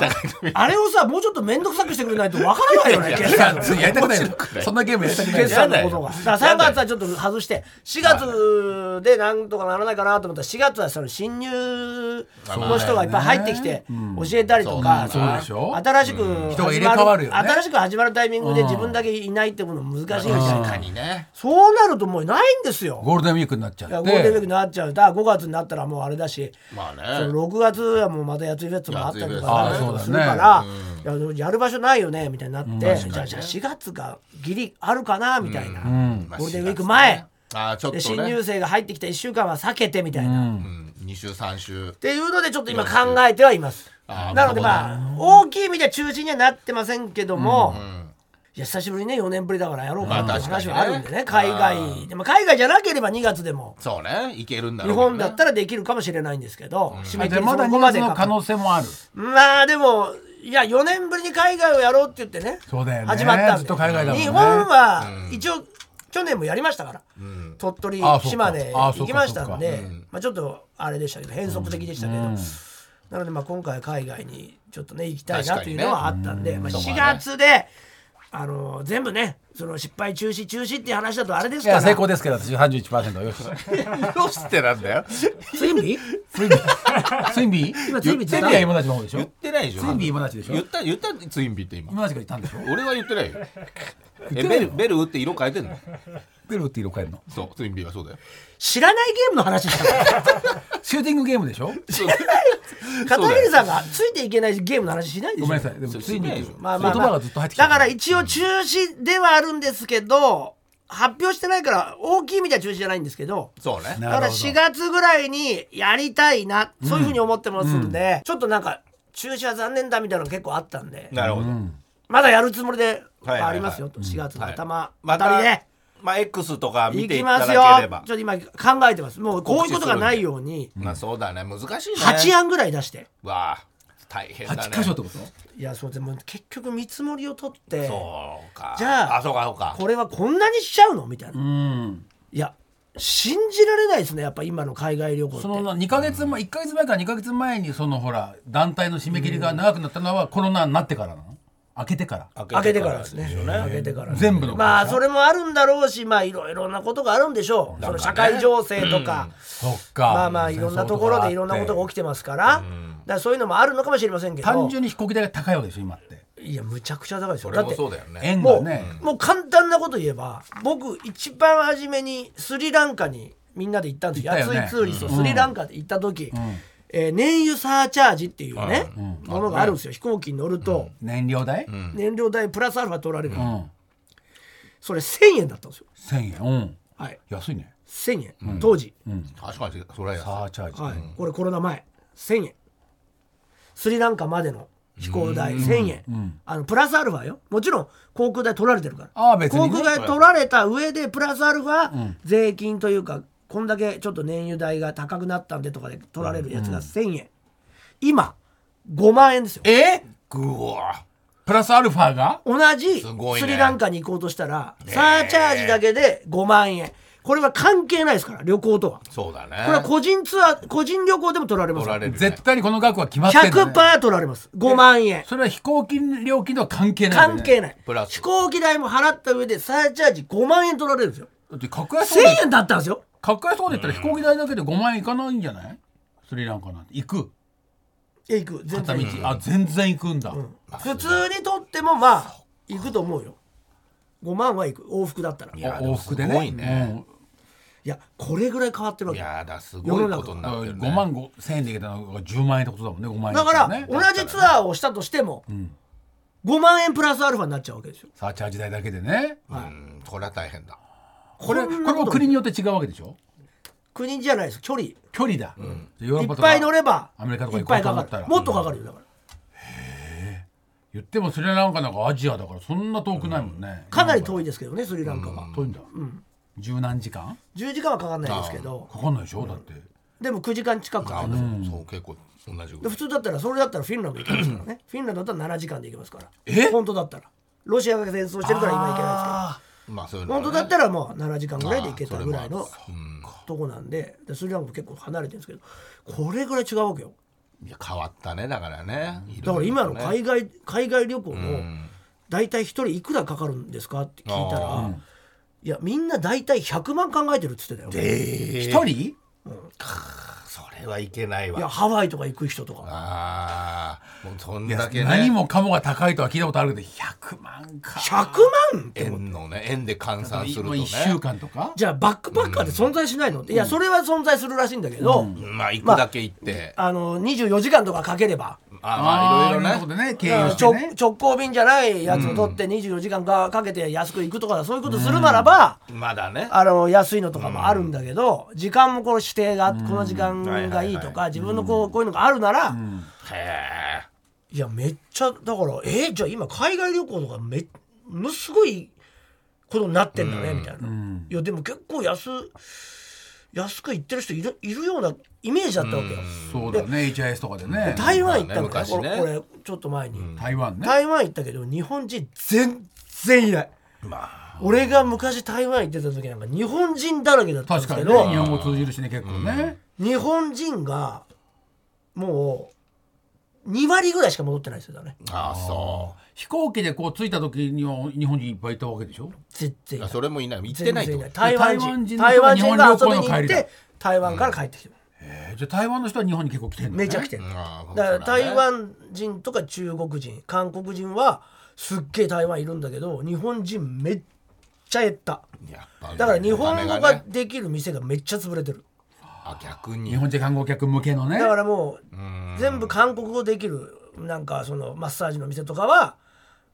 Speaker 1: あれをさ、もうちょっと面倒くさくしてくれないとわからないよね、決算の。
Speaker 3: やりたくない
Speaker 2: 面白くない
Speaker 3: そんなゲームやりたくない
Speaker 1: 決
Speaker 3: じゃ
Speaker 1: 算
Speaker 3: ん
Speaker 1: のことが。だから3月はちょっと外して、4月でなんとかならないかなと思ったら、4月はその新入の人がいっぱい入ってきて、教えたりとか、
Speaker 3: そうでしょ
Speaker 1: 新しく
Speaker 3: 人が入
Speaker 1: 始
Speaker 3: れ
Speaker 1: ま
Speaker 3: 替わるよね
Speaker 1: 新しく始まるタイミングで自分だけいないってことも難しいみたい
Speaker 2: 確
Speaker 1: な
Speaker 2: か。にね
Speaker 1: そうなるともうないんですよ。
Speaker 3: ゴールデンウィークになっちゃ
Speaker 1: いや
Speaker 3: っ
Speaker 1: ゴールデンウィーク
Speaker 3: て
Speaker 1: になっちゃうだから5月になったらもうあれだし、
Speaker 2: まあね
Speaker 1: その6月はもうまたやついフェスもあったりとか
Speaker 3: やつい
Speaker 1: な
Speaker 3: フェスああ
Speaker 1: んかする
Speaker 3: そうだね
Speaker 1: から、いややる場所ないよねみたいになって、じゃあじゃあ4月がギリあるかなみたいな、
Speaker 2: まあ
Speaker 1: ゴールデンウィーク前、
Speaker 2: ああちょっ
Speaker 1: で
Speaker 2: と
Speaker 1: 新入
Speaker 2: ね、
Speaker 1: 生が入ってきた1週間は避けてみたいな、っ
Speaker 2: うん、2週3週
Speaker 1: ていうのでちょっと今考えてはいます。
Speaker 2: ああ
Speaker 1: なのでまあ大きい意味では中止にはなってませんけども、
Speaker 2: ん
Speaker 1: いや久しぶりにね4年ぶりだからやろうか
Speaker 2: ま
Speaker 1: な
Speaker 2: あ
Speaker 1: って
Speaker 2: 確
Speaker 1: 話
Speaker 2: かにね
Speaker 1: はあるんでね,、海外でも海外じゃなければ2月でも。
Speaker 2: そうねいけるんだ
Speaker 1: 日
Speaker 2: ろうけど
Speaker 1: 本
Speaker 2: ね
Speaker 1: だったらできるかもしれないんですけど、締め切
Speaker 3: で
Speaker 1: りそ
Speaker 3: まだ
Speaker 1: こ
Speaker 3: 2
Speaker 1: ま
Speaker 3: 月
Speaker 1: で
Speaker 3: の
Speaker 1: か
Speaker 3: 可能性もある
Speaker 1: まあでもいや4年ぶりに海外をやろうって言ってね
Speaker 3: そうだよね
Speaker 1: 始まったんで
Speaker 3: ずっと海外だもんね
Speaker 1: 日本は一応去年もやりましたから、鳥取
Speaker 3: ああそうか
Speaker 1: 島根
Speaker 3: ああ
Speaker 1: 行
Speaker 3: そう
Speaker 1: き
Speaker 3: か
Speaker 1: ましたんで
Speaker 3: そう
Speaker 1: まあ、ちょっとあれでしたけど変則的でしたけど、なのでまあ今回は海外にちょっとね行きたいなというのはあったんで、まあ、
Speaker 2: そう
Speaker 1: 4
Speaker 2: ね
Speaker 1: 月であの全部ねその失敗中止中止っていう話だとあれです
Speaker 3: い
Speaker 1: から
Speaker 3: や成功ですけど私31%よし
Speaker 2: よしってなんだよ。
Speaker 1: ついに
Speaker 3: ツインビーツインビー
Speaker 1: 今
Speaker 3: 今
Speaker 1: ツ
Speaker 3: ツ
Speaker 1: イン
Speaker 3: イン
Speaker 1: ビ
Speaker 3: ビ
Speaker 1: ーって
Speaker 3: ー
Speaker 1: 言った
Speaker 3: は今立ちの方でしょ
Speaker 2: 言ってないでしょ。
Speaker 3: ツインビー今立ちでしょ
Speaker 2: 言った、言った、ツインビーって今。
Speaker 3: 今立ちがいたんでしょ
Speaker 2: 俺は言ってないよ。え、
Speaker 3: ってない
Speaker 2: ベ
Speaker 3: の
Speaker 2: ル、ベルって色変えてんの
Speaker 3: ベルって色変えるの
Speaker 2: そう、ツインビーはそうだよ。
Speaker 1: 知らないゲームの話した から
Speaker 3: シューティングゲームで しょ
Speaker 2: そう
Speaker 1: 片桐さんがついていけないゲームの話しないでしょ
Speaker 3: ごめんなさいでも
Speaker 2: そう
Speaker 3: ツインビーっていう
Speaker 1: まあまあ
Speaker 3: 言
Speaker 1: まあ
Speaker 3: 葉がずっと入ってきた
Speaker 1: だから一応中止ではあるんですけど発表してないから大きい意味では中止じゃないんですけど
Speaker 2: そうね。
Speaker 1: だから
Speaker 3: なるほど
Speaker 1: 4月ぐらいにやりたいなそういうふうに思ってますんで、ちょっとなんか中止は残念だみたいなの結構あったんで
Speaker 2: なるほど。
Speaker 1: まだやるつもりで
Speaker 2: はいはいはい
Speaker 1: ありますよと4月の頭、
Speaker 2: はい
Speaker 1: またりで。
Speaker 2: まあ、X とか見
Speaker 1: 行
Speaker 2: てい
Speaker 1: き
Speaker 2: た
Speaker 1: ま
Speaker 2: だ
Speaker 1: す
Speaker 2: け
Speaker 1: よ
Speaker 2: れば
Speaker 1: ちょっと今考えてますもうこういうことがないように
Speaker 2: まあそうだね難しいね
Speaker 1: 8案ぐらい出して
Speaker 2: わあ大変だね
Speaker 3: 8箇所ってこと
Speaker 1: いやそうでも結局見積もりを取って
Speaker 2: そうか
Speaker 1: じゃあ
Speaker 2: あそうかそうか
Speaker 1: これはこんなにしちゃうのみたいな、
Speaker 3: う
Speaker 1: い
Speaker 3: ん
Speaker 1: や信じられないですねやっぱ今の海外旅行って
Speaker 3: そのな2ヶ月前、1ヶ月前から2ヶ月前にそのほら団体の締め切りが長くなったのはコロナになってからなの開けてから
Speaker 1: 開けてからですね開けてから
Speaker 3: 全部の
Speaker 1: まあ
Speaker 3: 会社
Speaker 1: それもあるんだろうしまあいろいろなことがあるんでしょう、その社会情勢とか、
Speaker 3: そっか
Speaker 1: まあまあいろんなところでいろんなことが起きてますから、だからそういうのもあるのかもしれませんけど
Speaker 3: 単純に飛行機代が高いわけでしょ今って
Speaker 1: いやむちゃくちゃ高いですよ
Speaker 2: そ
Speaker 1: だ
Speaker 2: れ
Speaker 1: って
Speaker 2: もそうだよね
Speaker 3: 円
Speaker 1: も
Speaker 3: が
Speaker 1: う,、
Speaker 3: ね
Speaker 1: もう簡単なこと言えば僕一番初めにスリランカにみんなで行ったんですよ
Speaker 3: 行ったよね
Speaker 1: 安いツーリスト、スリランカで行った時、えー燃油サーチャージっていうね、ものがあるんですよ飛行機に乗ると、
Speaker 3: 燃料代、
Speaker 1: 燃料代プラスアルファ取られる、
Speaker 3: うん
Speaker 1: それ1000円だったんですよ
Speaker 3: 1000円うん
Speaker 1: はい
Speaker 3: 安いね
Speaker 1: 1000円、当時、
Speaker 2: 確かにそれは
Speaker 3: サーチャージ、
Speaker 1: はいこれコロナ前1000円スリランカまでの飛行代1000円、あのプラスアルファよもちろん航空代取られてるから
Speaker 3: ああ別にね
Speaker 1: 航空代取られた上でプラスアルファ税金というか、こんだけちょっと燃油代が高くなったんでとかで取られるやつが1000円、今5万円ですよ
Speaker 3: え
Speaker 2: ぐわ
Speaker 3: プラスアルファが
Speaker 1: 同じ
Speaker 2: すごい
Speaker 1: ス
Speaker 2: ね
Speaker 1: リランカに行こうとしたら、サーチャージだけで5万円これは関係ないですから旅行とは
Speaker 2: そうだね
Speaker 1: これは個人ツアー個人旅行でも取られます
Speaker 2: 取られるね
Speaker 3: 絶対にこの額は決まってる、ね、
Speaker 1: 100%取られます5万円
Speaker 3: それは飛行機料金とは関係ない、ね、
Speaker 1: 関係ない
Speaker 2: プラス
Speaker 1: 飛行機代も払った上でサーチャージ5万円取られるんですよ
Speaker 3: だって格安
Speaker 1: 1000
Speaker 3: で
Speaker 1: 円だったんですよ
Speaker 3: 格安そうで言ったら飛行機代だけで5万円いかないんじゃないスリランカなんて行く
Speaker 1: いや行く全
Speaker 3: 片
Speaker 1: 然
Speaker 3: 道
Speaker 1: 行く
Speaker 3: あ全然行くんだ、
Speaker 1: 普通に取ってもまあ行くと思うよ5万は行く往復だったらい
Speaker 2: や
Speaker 3: 往復です
Speaker 2: ごい
Speaker 3: ね
Speaker 2: ね
Speaker 1: やこれぐらい変わってるわ
Speaker 2: い
Speaker 1: け
Speaker 2: やだすごいことに
Speaker 3: うん
Speaker 2: なってるね
Speaker 3: 5万5千円で行けたのが10万円ってことだもんね5万円
Speaker 1: だから
Speaker 3: ね
Speaker 1: 同じツアーをしたとしても5万円プラスアルファになっちゃうわけでしょ
Speaker 3: サーチャージ代だけでね
Speaker 2: うんこれは大変だ
Speaker 3: これ
Speaker 1: こ
Speaker 3: こ
Speaker 1: ん
Speaker 3: れ
Speaker 1: なこと
Speaker 3: も国によって違うわけでしょ
Speaker 1: 国じゃないです距離い
Speaker 3: 距離だ、ヨーロッパ
Speaker 1: っ
Speaker 3: とか
Speaker 1: ぱい乗れば
Speaker 3: アメリカとか
Speaker 1: いっ
Speaker 3: 行こ
Speaker 1: ぱ
Speaker 3: う
Speaker 1: い
Speaker 3: と
Speaker 1: か
Speaker 3: 思
Speaker 1: か
Speaker 3: ったら
Speaker 1: るもっとかかるよだから
Speaker 3: 言ってもスリランカなんかアジアだからそんな遠くないもんね、
Speaker 1: かなり遠いですけどねスリランカは
Speaker 3: 遠いんだ、十何時間
Speaker 1: 10時間はかかんないですけど
Speaker 3: かかんないでしょだって
Speaker 1: でも9時間近くかか
Speaker 2: あ
Speaker 1: る
Speaker 2: でもそう結構同じぐ
Speaker 1: で
Speaker 2: らい
Speaker 1: 普通だったらそれだったらフィンランド行けますからねフィンランドだったら7時間で行けますから
Speaker 3: え
Speaker 1: 本当だったらロシアが戦争してるから今行けないですけど
Speaker 3: あ
Speaker 2: まあそういうのは
Speaker 1: 本
Speaker 2: ね
Speaker 1: 当だったらもう7時間ぐらいで行けたぐらい
Speaker 2: あ
Speaker 1: の
Speaker 2: ーそれもあるか
Speaker 1: とこなんででスリランカも結構離れてるんですけどこれぐらい違うわけよ
Speaker 2: うんいや変わったねだからね
Speaker 1: だから今の
Speaker 2: いろ
Speaker 1: 海
Speaker 2: い
Speaker 1: 外海外旅行
Speaker 2: ろ
Speaker 1: の
Speaker 2: ね
Speaker 1: 大体1人いくらかかるんですかって聞いた
Speaker 2: あ
Speaker 1: らいやみんな大体100万考えてるっつってたよ
Speaker 2: え
Speaker 3: 一
Speaker 2: え
Speaker 3: 人
Speaker 2: それはいけない
Speaker 1: いや
Speaker 2: わ
Speaker 1: ハワイとか行く人とか
Speaker 2: ああもうそん
Speaker 3: いや
Speaker 2: だけね
Speaker 3: 何もかもが高いとは聞いたことあるけど100万か
Speaker 1: 100万って
Speaker 2: 円のね円で換算するとね
Speaker 3: 1週間とか
Speaker 1: じゃあバックパッカーって存在しないのっていやそれは存在するらしいんだけど、
Speaker 2: まあ行くだけ行って、
Speaker 1: あの24時間とかかければ、
Speaker 2: あ、まあいろいろ
Speaker 3: な
Speaker 2: ね
Speaker 3: ことね経
Speaker 1: だか
Speaker 3: 由
Speaker 1: ら
Speaker 3: して
Speaker 1: 直
Speaker 3: ね
Speaker 1: 直行便じゃないやつを取って24時間かかけて安く行くとかそういうことするならば、
Speaker 2: まだね
Speaker 1: あの安いのとかもあるんだけど、時間もこの指定が、この時間
Speaker 2: はい
Speaker 1: が
Speaker 2: はい
Speaker 1: い
Speaker 2: い
Speaker 1: とか、
Speaker 2: はい
Speaker 1: 自分のこうこういうのがあるなら、
Speaker 2: へえ
Speaker 1: いやめっちゃだからえーじゃあ今海外旅行とかめものすごいことになってんだね、みたいな、いやでも結構安安く行ってる人いるいるようなイメージだったわけよ。
Speaker 3: そうだね HIS とかでね
Speaker 1: 台湾行ったの
Speaker 2: まあね
Speaker 1: これ
Speaker 2: 昔ね
Speaker 1: これちょっと前に、
Speaker 3: 台湾ね
Speaker 1: 台湾行ったけど日本人全然いない
Speaker 2: まあ
Speaker 1: 俺が昔台湾行ってた時なんか日本人だらけだったんで
Speaker 3: 確
Speaker 1: すけ
Speaker 3: かに
Speaker 1: ど、
Speaker 3: ね日本語通じるしね結構ね
Speaker 1: 日本人がもう2割ぐらいしか戻ってないですよね
Speaker 2: ああそ
Speaker 3: 飛行機でこう着いた時には日本人いっぱいいたわけでしょ
Speaker 1: 全然
Speaker 2: う
Speaker 1: い
Speaker 2: あ
Speaker 1: ない
Speaker 2: それもいない行ってないって
Speaker 1: 全
Speaker 2: こ
Speaker 1: 然いない台
Speaker 2: と
Speaker 1: 湾
Speaker 3: 台湾
Speaker 1: 人
Speaker 3: 人
Speaker 1: 台湾人が
Speaker 3: 日
Speaker 1: 遊びに
Speaker 3: 本旅行の
Speaker 1: 行っ
Speaker 3: 帰りだ
Speaker 1: て台湾から帰ってきてる、
Speaker 3: えーじゃあ台湾の人は日本に結構来てんのね
Speaker 1: めちゃくちゃ、
Speaker 2: あー
Speaker 1: だから
Speaker 2: そうだね
Speaker 1: 台湾人とか中国人韓国人はすっげえ台湾いるんだけど日本人めっちゃ減った
Speaker 2: やっぱ
Speaker 1: だから日本語
Speaker 2: お金
Speaker 1: が
Speaker 2: ね
Speaker 1: できる店がめっちゃ潰れてる
Speaker 2: あ逆に
Speaker 3: 日本人観光客向けのね
Speaker 1: だからもう全部韓国語できるなんかそのマッサージの店とかは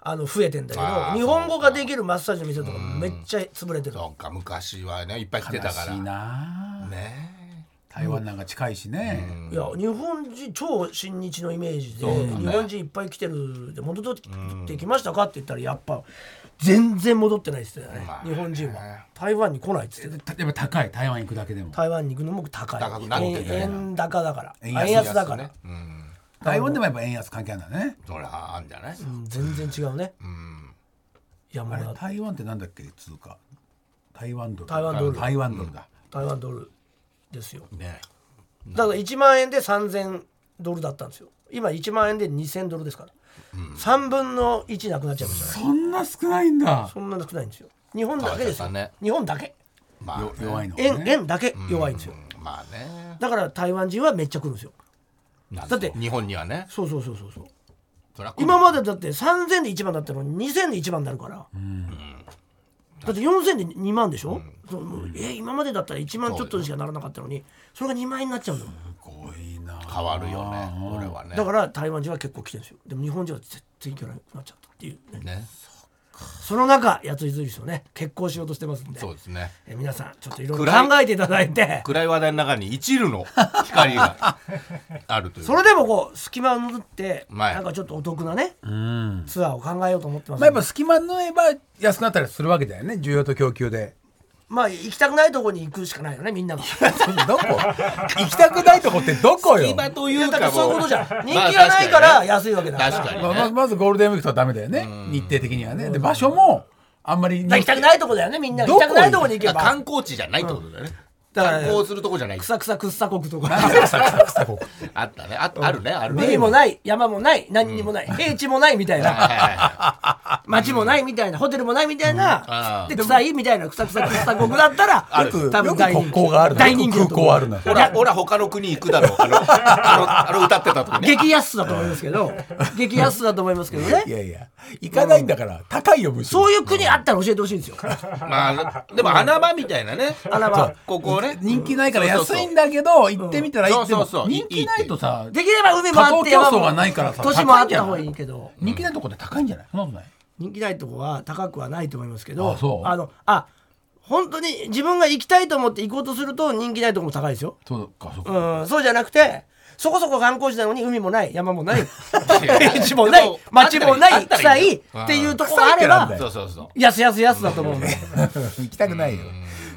Speaker 1: あの増えてんだけ
Speaker 2: あ
Speaker 1: ど
Speaker 2: ー
Speaker 1: 日本語ができるマッサージの店とかめっちゃ潰れてる
Speaker 2: そうか昔はねいっぱい来て
Speaker 3: 悲
Speaker 2: たから
Speaker 3: しいな
Speaker 2: ね
Speaker 3: 台湾なんか近いしね、
Speaker 1: いや日本人超親日のイメージで、
Speaker 2: だね
Speaker 1: 日本人いっぱい来てるで戻ってきましたかって言ったらやっぱ全然戻ってないっすよね、
Speaker 2: まあ
Speaker 1: 日本人は台湾に来ないっつって
Speaker 3: でたやっぱ高い台湾行くだけでも
Speaker 1: 台湾に行くのも高い
Speaker 2: 高くなってるね
Speaker 1: 円円高だから円
Speaker 3: 円
Speaker 1: 安
Speaker 3: 安
Speaker 1: だから、
Speaker 2: ねうん
Speaker 3: 台湾でもやっぱ円安関係あるんだね
Speaker 2: そりゃあんじゃない
Speaker 1: うん全然違うね、いやもう
Speaker 3: あれ
Speaker 1: な
Speaker 3: 台湾ってなんだっけ通貨台湾ドル
Speaker 1: 台湾ドル
Speaker 3: 台湾ドルだ、
Speaker 1: 台湾ドルですよ
Speaker 2: ね
Speaker 1: だから1万円で3000ドルだったんですよ今1万円で2000ドルですから、3分の1なくなっちゃいましたね
Speaker 3: そんな少ないんだ
Speaker 1: そんな少ないんですよ日本だけですよ、
Speaker 2: 変わっちゃったね
Speaker 1: 日本だけ
Speaker 2: まあね
Speaker 3: よ弱いの、ね、
Speaker 1: 円円だけ弱いんですよ、
Speaker 2: うんまあね
Speaker 1: だから台湾人はめっちゃ来るんですよ
Speaker 2: だ
Speaker 1: だって
Speaker 2: 日本にはね
Speaker 1: そうそうそうそうそう
Speaker 2: そりゃ来る
Speaker 1: 今までだって3000で1万だったのに2000で1万になるから、だって4000で2万でしょ、そうもうえー今までだったら1万ちょっとにしかならなかったのにそれが2万円になっちゃうんだもん
Speaker 3: すごいな
Speaker 2: 変わるよねこれはね
Speaker 1: だから台湾人は結構来てるんですよでも日本人は絶対行けなくなっちゃったっていうね
Speaker 2: ね
Speaker 1: その中やついずりすよね結婚しようとしてますんで
Speaker 2: そうですね
Speaker 1: えー皆さんちょっといろいろ
Speaker 2: 暗い
Speaker 1: 考えていただいて
Speaker 2: 暗い話題の中に一縷の光があるとい う
Speaker 1: それでもこう隙間を縫って
Speaker 2: はい
Speaker 1: なんかちょっとお得なねツアーを考えようと思ってますん
Speaker 3: まあ、や
Speaker 1: で
Speaker 3: っぱ隙間縫えば安くなったりするわけだよね需要と供給で
Speaker 1: まあ行きたくないとこに行くしかないよねみんなが。
Speaker 3: どこ行きたくないとこってどこよ
Speaker 2: 今と
Speaker 1: い
Speaker 2: い
Speaker 1: や
Speaker 2: う
Speaker 1: だか
Speaker 2: から
Speaker 1: そういう
Speaker 2: も
Speaker 1: ことじゃん人気がないから安いわけだ
Speaker 2: ま
Speaker 1: か
Speaker 2: あ
Speaker 1: ら
Speaker 2: 確かに
Speaker 3: まあ
Speaker 2: ね
Speaker 3: まずまずゴールデンウィークとはダメだよね日程的にはねで場所もあんまり
Speaker 1: だから行きたく ないとこだよねみんなが
Speaker 3: ど
Speaker 1: 行き
Speaker 3: こ
Speaker 1: たくないとこに行け
Speaker 2: あ観
Speaker 1: ば
Speaker 2: 光地じゃないってことだよね
Speaker 1: だから
Speaker 2: 観光するとこじゃない
Speaker 1: 草草草国とか
Speaker 3: 何だよ草草草国
Speaker 2: あったねああるねあるね
Speaker 1: 海もない山もない何にもない平地もないみたい
Speaker 2: はい
Speaker 1: な
Speaker 2: はいはい
Speaker 1: 街もないみたいなホテルもないみたいな
Speaker 2: あー
Speaker 1: で臭いみたいな草草草国だったら
Speaker 2: ある
Speaker 3: よく
Speaker 1: 多分大人
Speaker 3: 国
Speaker 1: 気
Speaker 3: 交があるな
Speaker 1: 大人気だ
Speaker 3: 空
Speaker 1: と思う
Speaker 3: 港あるな
Speaker 2: ほらほら他の国行くだろうあのあのあの歌ってたとこね
Speaker 1: 激安だと思いますけど 激安だと思いますけど
Speaker 3: い
Speaker 1: ね
Speaker 3: やいや行かないんだから高いよむしろ
Speaker 1: そういう国あったら教えてほしいんですよ
Speaker 2: まあでも穴場みたいなね
Speaker 1: 穴場
Speaker 2: ここね
Speaker 3: 人気ないから
Speaker 2: そうそう
Speaker 3: 安
Speaker 2: そう
Speaker 3: いんだけど行ってみたらいい
Speaker 2: そう
Speaker 3: で
Speaker 2: そ
Speaker 3: も
Speaker 2: うそう
Speaker 3: 人気ないとさ
Speaker 1: できれば海もあって
Speaker 3: 加藤競
Speaker 1: 山
Speaker 3: 争
Speaker 1: も
Speaker 3: がないからさ
Speaker 1: 都市もあった方がいいけど
Speaker 3: 人気ないとこって高いんじゃないそんなことない
Speaker 1: 人気ないとこは高くはないと思いますけど
Speaker 3: あそう
Speaker 1: のあ本当に自分が行きたいと思って行こうとすると人気ないとこも高いですよ、
Speaker 3: そうかそう
Speaker 1: う
Speaker 3: か
Speaker 1: ん、そうじゃなくてそこそこ観光地なのに海もない山もない平地も
Speaker 2: で
Speaker 1: ない
Speaker 2: も
Speaker 1: 街もな
Speaker 2: あっ
Speaker 1: い
Speaker 2: たら
Speaker 1: 臭
Speaker 2: いい
Speaker 1: い
Speaker 2: よ
Speaker 1: っていうとこがあれ
Speaker 3: 臭いってなん
Speaker 1: ば
Speaker 3: だよ
Speaker 2: そうそうそう
Speaker 1: 安安安だと思うんだよ
Speaker 3: 行きたくないよ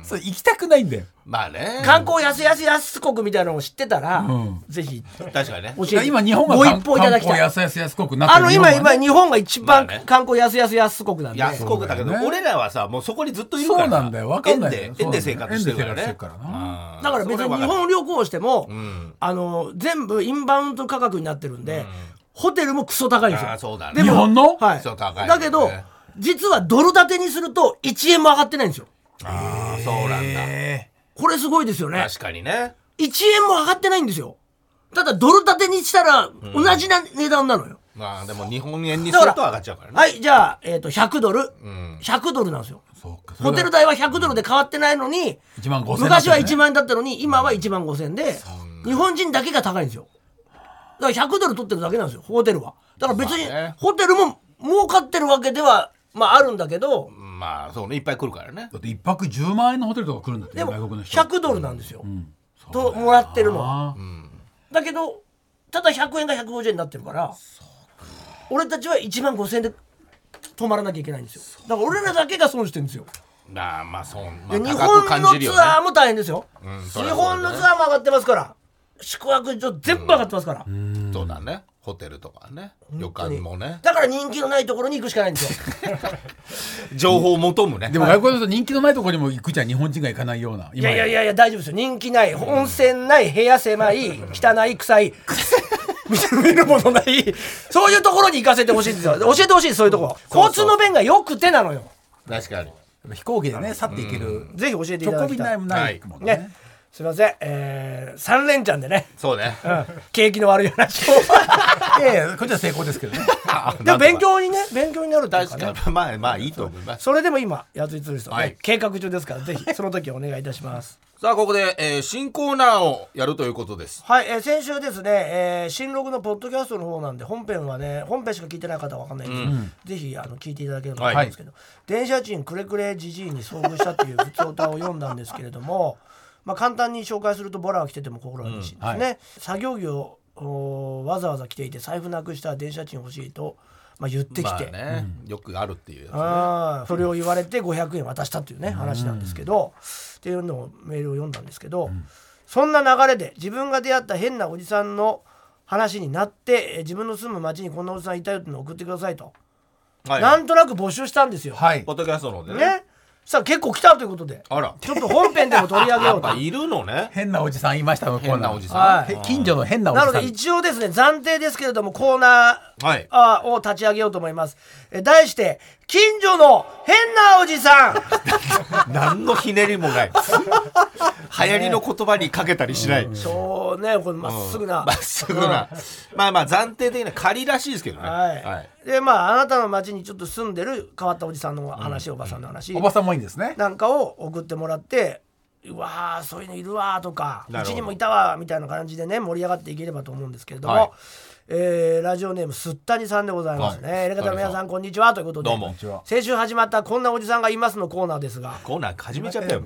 Speaker 3: そう行きたくないんだよ
Speaker 2: まあね
Speaker 1: 観光安安安国みたいなのを知ってたら、ぜひ
Speaker 2: 確かにね
Speaker 1: 教えて
Speaker 3: 今日本が
Speaker 1: ご
Speaker 3: 観
Speaker 1: 一報いただ
Speaker 3: 観
Speaker 1: きた
Speaker 3: 光
Speaker 1: い
Speaker 3: 安安安くなって
Speaker 1: あ
Speaker 3: る
Speaker 1: の
Speaker 3: 日本
Speaker 1: 今
Speaker 3: はね
Speaker 1: 今日本が一番
Speaker 2: まあね
Speaker 1: 観光安安安国なんで、
Speaker 2: 安国だけど
Speaker 3: そうだよね
Speaker 2: 俺らはさもうそこにずっといるか
Speaker 3: そ
Speaker 2: ら
Speaker 3: うなんだよ分かんないよ
Speaker 2: 円で円で生活してるから
Speaker 3: 円で
Speaker 2: ね
Speaker 3: 生活してるからな
Speaker 2: うん
Speaker 1: だから別に日本旅行しても、
Speaker 2: ん
Speaker 1: あの全部インバウンド価格になってるんで、ホテルもクソ高いんですよ。
Speaker 2: あーそうだね
Speaker 1: でも
Speaker 3: 日本の
Speaker 1: はい、
Speaker 2: クソ高いよね
Speaker 1: だけど実はドル建てにすると1円も上がってないんですよ。
Speaker 2: あーそうなんだ
Speaker 3: え
Speaker 1: これすごいですよね。
Speaker 2: 確かにね
Speaker 1: 1円も上がってないんですよ。ただドル建てにしたら同じな値段なのよ。
Speaker 2: まあでも日本円にすると上がっちゃうからね
Speaker 1: はいじゃあ、えー、と100ドル、
Speaker 2: ん
Speaker 1: 100ドルなんですよ。
Speaker 3: ーそうかそれ
Speaker 1: ホ
Speaker 3: が
Speaker 1: テル代は100ドルで変わってないのに、
Speaker 3: 1万5000
Speaker 1: 昔は1
Speaker 3: 万
Speaker 1: 万円だったのに今は1万5千で日本人だけが高いんですよだから100ドル取ってるだけなんですよホテルはだから別に
Speaker 2: まあね
Speaker 1: ホテルも儲かってるわけではまああるんだけど
Speaker 2: まあそうねいっぱい来るからね
Speaker 3: だって一泊10万円のホテルとか来るんだって
Speaker 1: でも
Speaker 3: 外国の人
Speaker 1: 100ドルなんですよともらってるのは
Speaker 3: あー
Speaker 1: だけどただ100円が150円になってるから俺たちは1万5000円で泊まらなきゃいけないんですよだから俺らだけが損してるんですよ
Speaker 2: まあまあそうま
Speaker 1: で
Speaker 2: あ
Speaker 1: 日
Speaker 2: 高
Speaker 1: 本
Speaker 2: く
Speaker 1: の
Speaker 2: 感じるよ
Speaker 1: ツアー
Speaker 2: ね
Speaker 1: も大変ですよ、
Speaker 2: ん
Speaker 1: 日
Speaker 2: そりゃそうだよね
Speaker 1: 本のツアーも上がってますから宿泊所全部上がってますから、
Speaker 2: そうだねホテルとかね旅館もね
Speaker 1: だから人気のないところに行くしかないんですよ。
Speaker 2: 情報を求むね
Speaker 3: でも外国の人人気のないところにも行くじゃん日本人が行かないようないい
Speaker 1: やいやいやいや大丈夫ですよ。人気ない、温泉ない、部屋狭い、汚い、臭い。見て見るも のないそういうところに行かせてほしいんですよ教えてほしいそういうとこ
Speaker 2: そうそう
Speaker 1: 交通の便が良くてなのよ
Speaker 2: 確かに。
Speaker 3: 飛行機でね去っていける
Speaker 1: ぜひ教えていただ
Speaker 3: 直
Speaker 1: き
Speaker 3: 便
Speaker 1: た
Speaker 3: ない
Speaker 1: い
Speaker 3: もないもんね
Speaker 1: ねすいませんえー、3連チャンでね、
Speaker 2: そうね。
Speaker 1: うん、景気の悪い話を
Speaker 3: いやいやこっちは成功ですけどね
Speaker 1: でも勉強にね勉強になるというか
Speaker 2: 確
Speaker 1: ね
Speaker 2: かに。まあまあいいと思います。
Speaker 1: それでも今やついつるさんね、
Speaker 2: はい
Speaker 1: 計画中ですからぜひその時お願いいたします
Speaker 2: さあここで、えー新コーナーをやるということです。
Speaker 1: はい、えー先週ですね、えー新録のポッドキャストの方なんで本編はね本編しか聞いてない方は分かんないんですけど、ぜひあの聞いていただければと思うんですけど、電車賃くれくれじじいに遭遇したっていう普通歌を読んだんですけれども まあ簡単に紹介するとボラは来てても心は嬉しいですね、
Speaker 3: うんは
Speaker 1: 作業着をおわざわざ着ていて財布なくしたら電車賃欲しいと、まあ、言ってき
Speaker 2: まあ
Speaker 1: て、
Speaker 2: ね、よくあるっていうやつね。
Speaker 1: ああそれを言われて500円渡したっていうね話なんですけど、っていうのをメールを読んだんですけど、そんな流れで自分が出会った変なおじさんの話になってえー自分の住む町にこんなおじさんいたよっていうのを送ってくださいと、
Speaker 2: はい。
Speaker 1: なんとなく募集したんですよ。
Speaker 3: はい
Speaker 2: ポッドキャストの方でね。
Speaker 1: ねさあ結構来たということで
Speaker 2: あら。
Speaker 1: ちょっと本編でも取り上げ
Speaker 2: や
Speaker 1: よ
Speaker 2: っ
Speaker 1: うと
Speaker 2: ぱ。いるのね。
Speaker 3: 変なおじさんいましたの
Speaker 2: 変なおじさん。
Speaker 1: はい
Speaker 3: ん近所の変なおじ
Speaker 1: な
Speaker 3: さ
Speaker 1: の
Speaker 3: ん
Speaker 1: で一応ですね暫定ですけれどもコーナー
Speaker 2: はい
Speaker 1: あを立ち上げようと思います。え題して「近所の変なおじさん」。
Speaker 2: 何のひねりもない。流行りの言葉にかけたりしない。
Speaker 1: そうねこのまっすぐな、
Speaker 2: まっすぐな。まあまあ暫定的な仮らしいですけどね。
Speaker 1: はい、でまああなたの町にちょっと住んでる変わったおじさんの話、おばさんの話
Speaker 3: おばさんもいいんですね
Speaker 1: なんかを送ってもらってうわーそういうのいるわーとか
Speaker 2: な
Speaker 1: う
Speaker 2: るほど
Speaker 1: ちにもいたわーみたいな感じでね盛り上がっていければと思うんですけれども、
Speaker 2: はい
Speaker 1: えーラジオネームすったにさんでございますね、
Speaker 2: はい
Speaker 1: エレガタの皆さんこんにちはということで
Speaker 2: どうもこんに
Speaker 3: ちは
Speaker 1: 先週始まった「こんなおじさんがいます」のコーナーですが
Speaker 2: コーナー始めちゃったよ。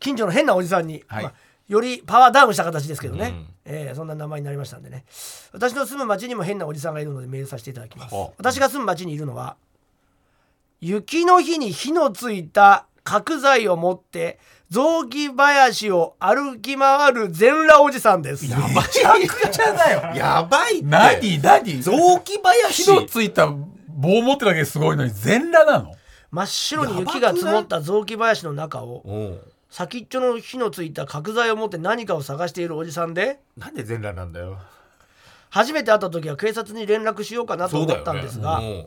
Speaker 1: 近所の変なおじさんに、
Speaker 3: はい
Speaker 1: まあよりパワーダウンした形ですけどね、
Speaker 2: うん
Speaker 1: えーそんな名前になりましたんでね私の住む町にも変なおじさんがいるのでメールさせていただきます
Speaker 2: ほう
Speaker 1: 私が住む町にいるのは雪の日に火のついた角材を持って雑木林を歩き回る全裸おじさんです
Speaker 3: めちゃくちゃだよ
Speaker 2: やばいって。
Speaker 3: 何何
Speaker 2: 雑木
Speaker 3: 火
Speaker 2: 林。
Speaker 3: のついた棒持ってるだけですごいのに全裸なの
Speaker 1: 真っ白に雪が積もった雑木林の中を
Speaker 2: うん。
Speaker 1: 先っちょの火のついた角材を持って何かを探しているおじさんで
Speaker 2: なんで全裸なんだよ。
Speaker 1: 初めて会った時は警察に連絡しようかなと思ったんですが、
Speaker 2: うん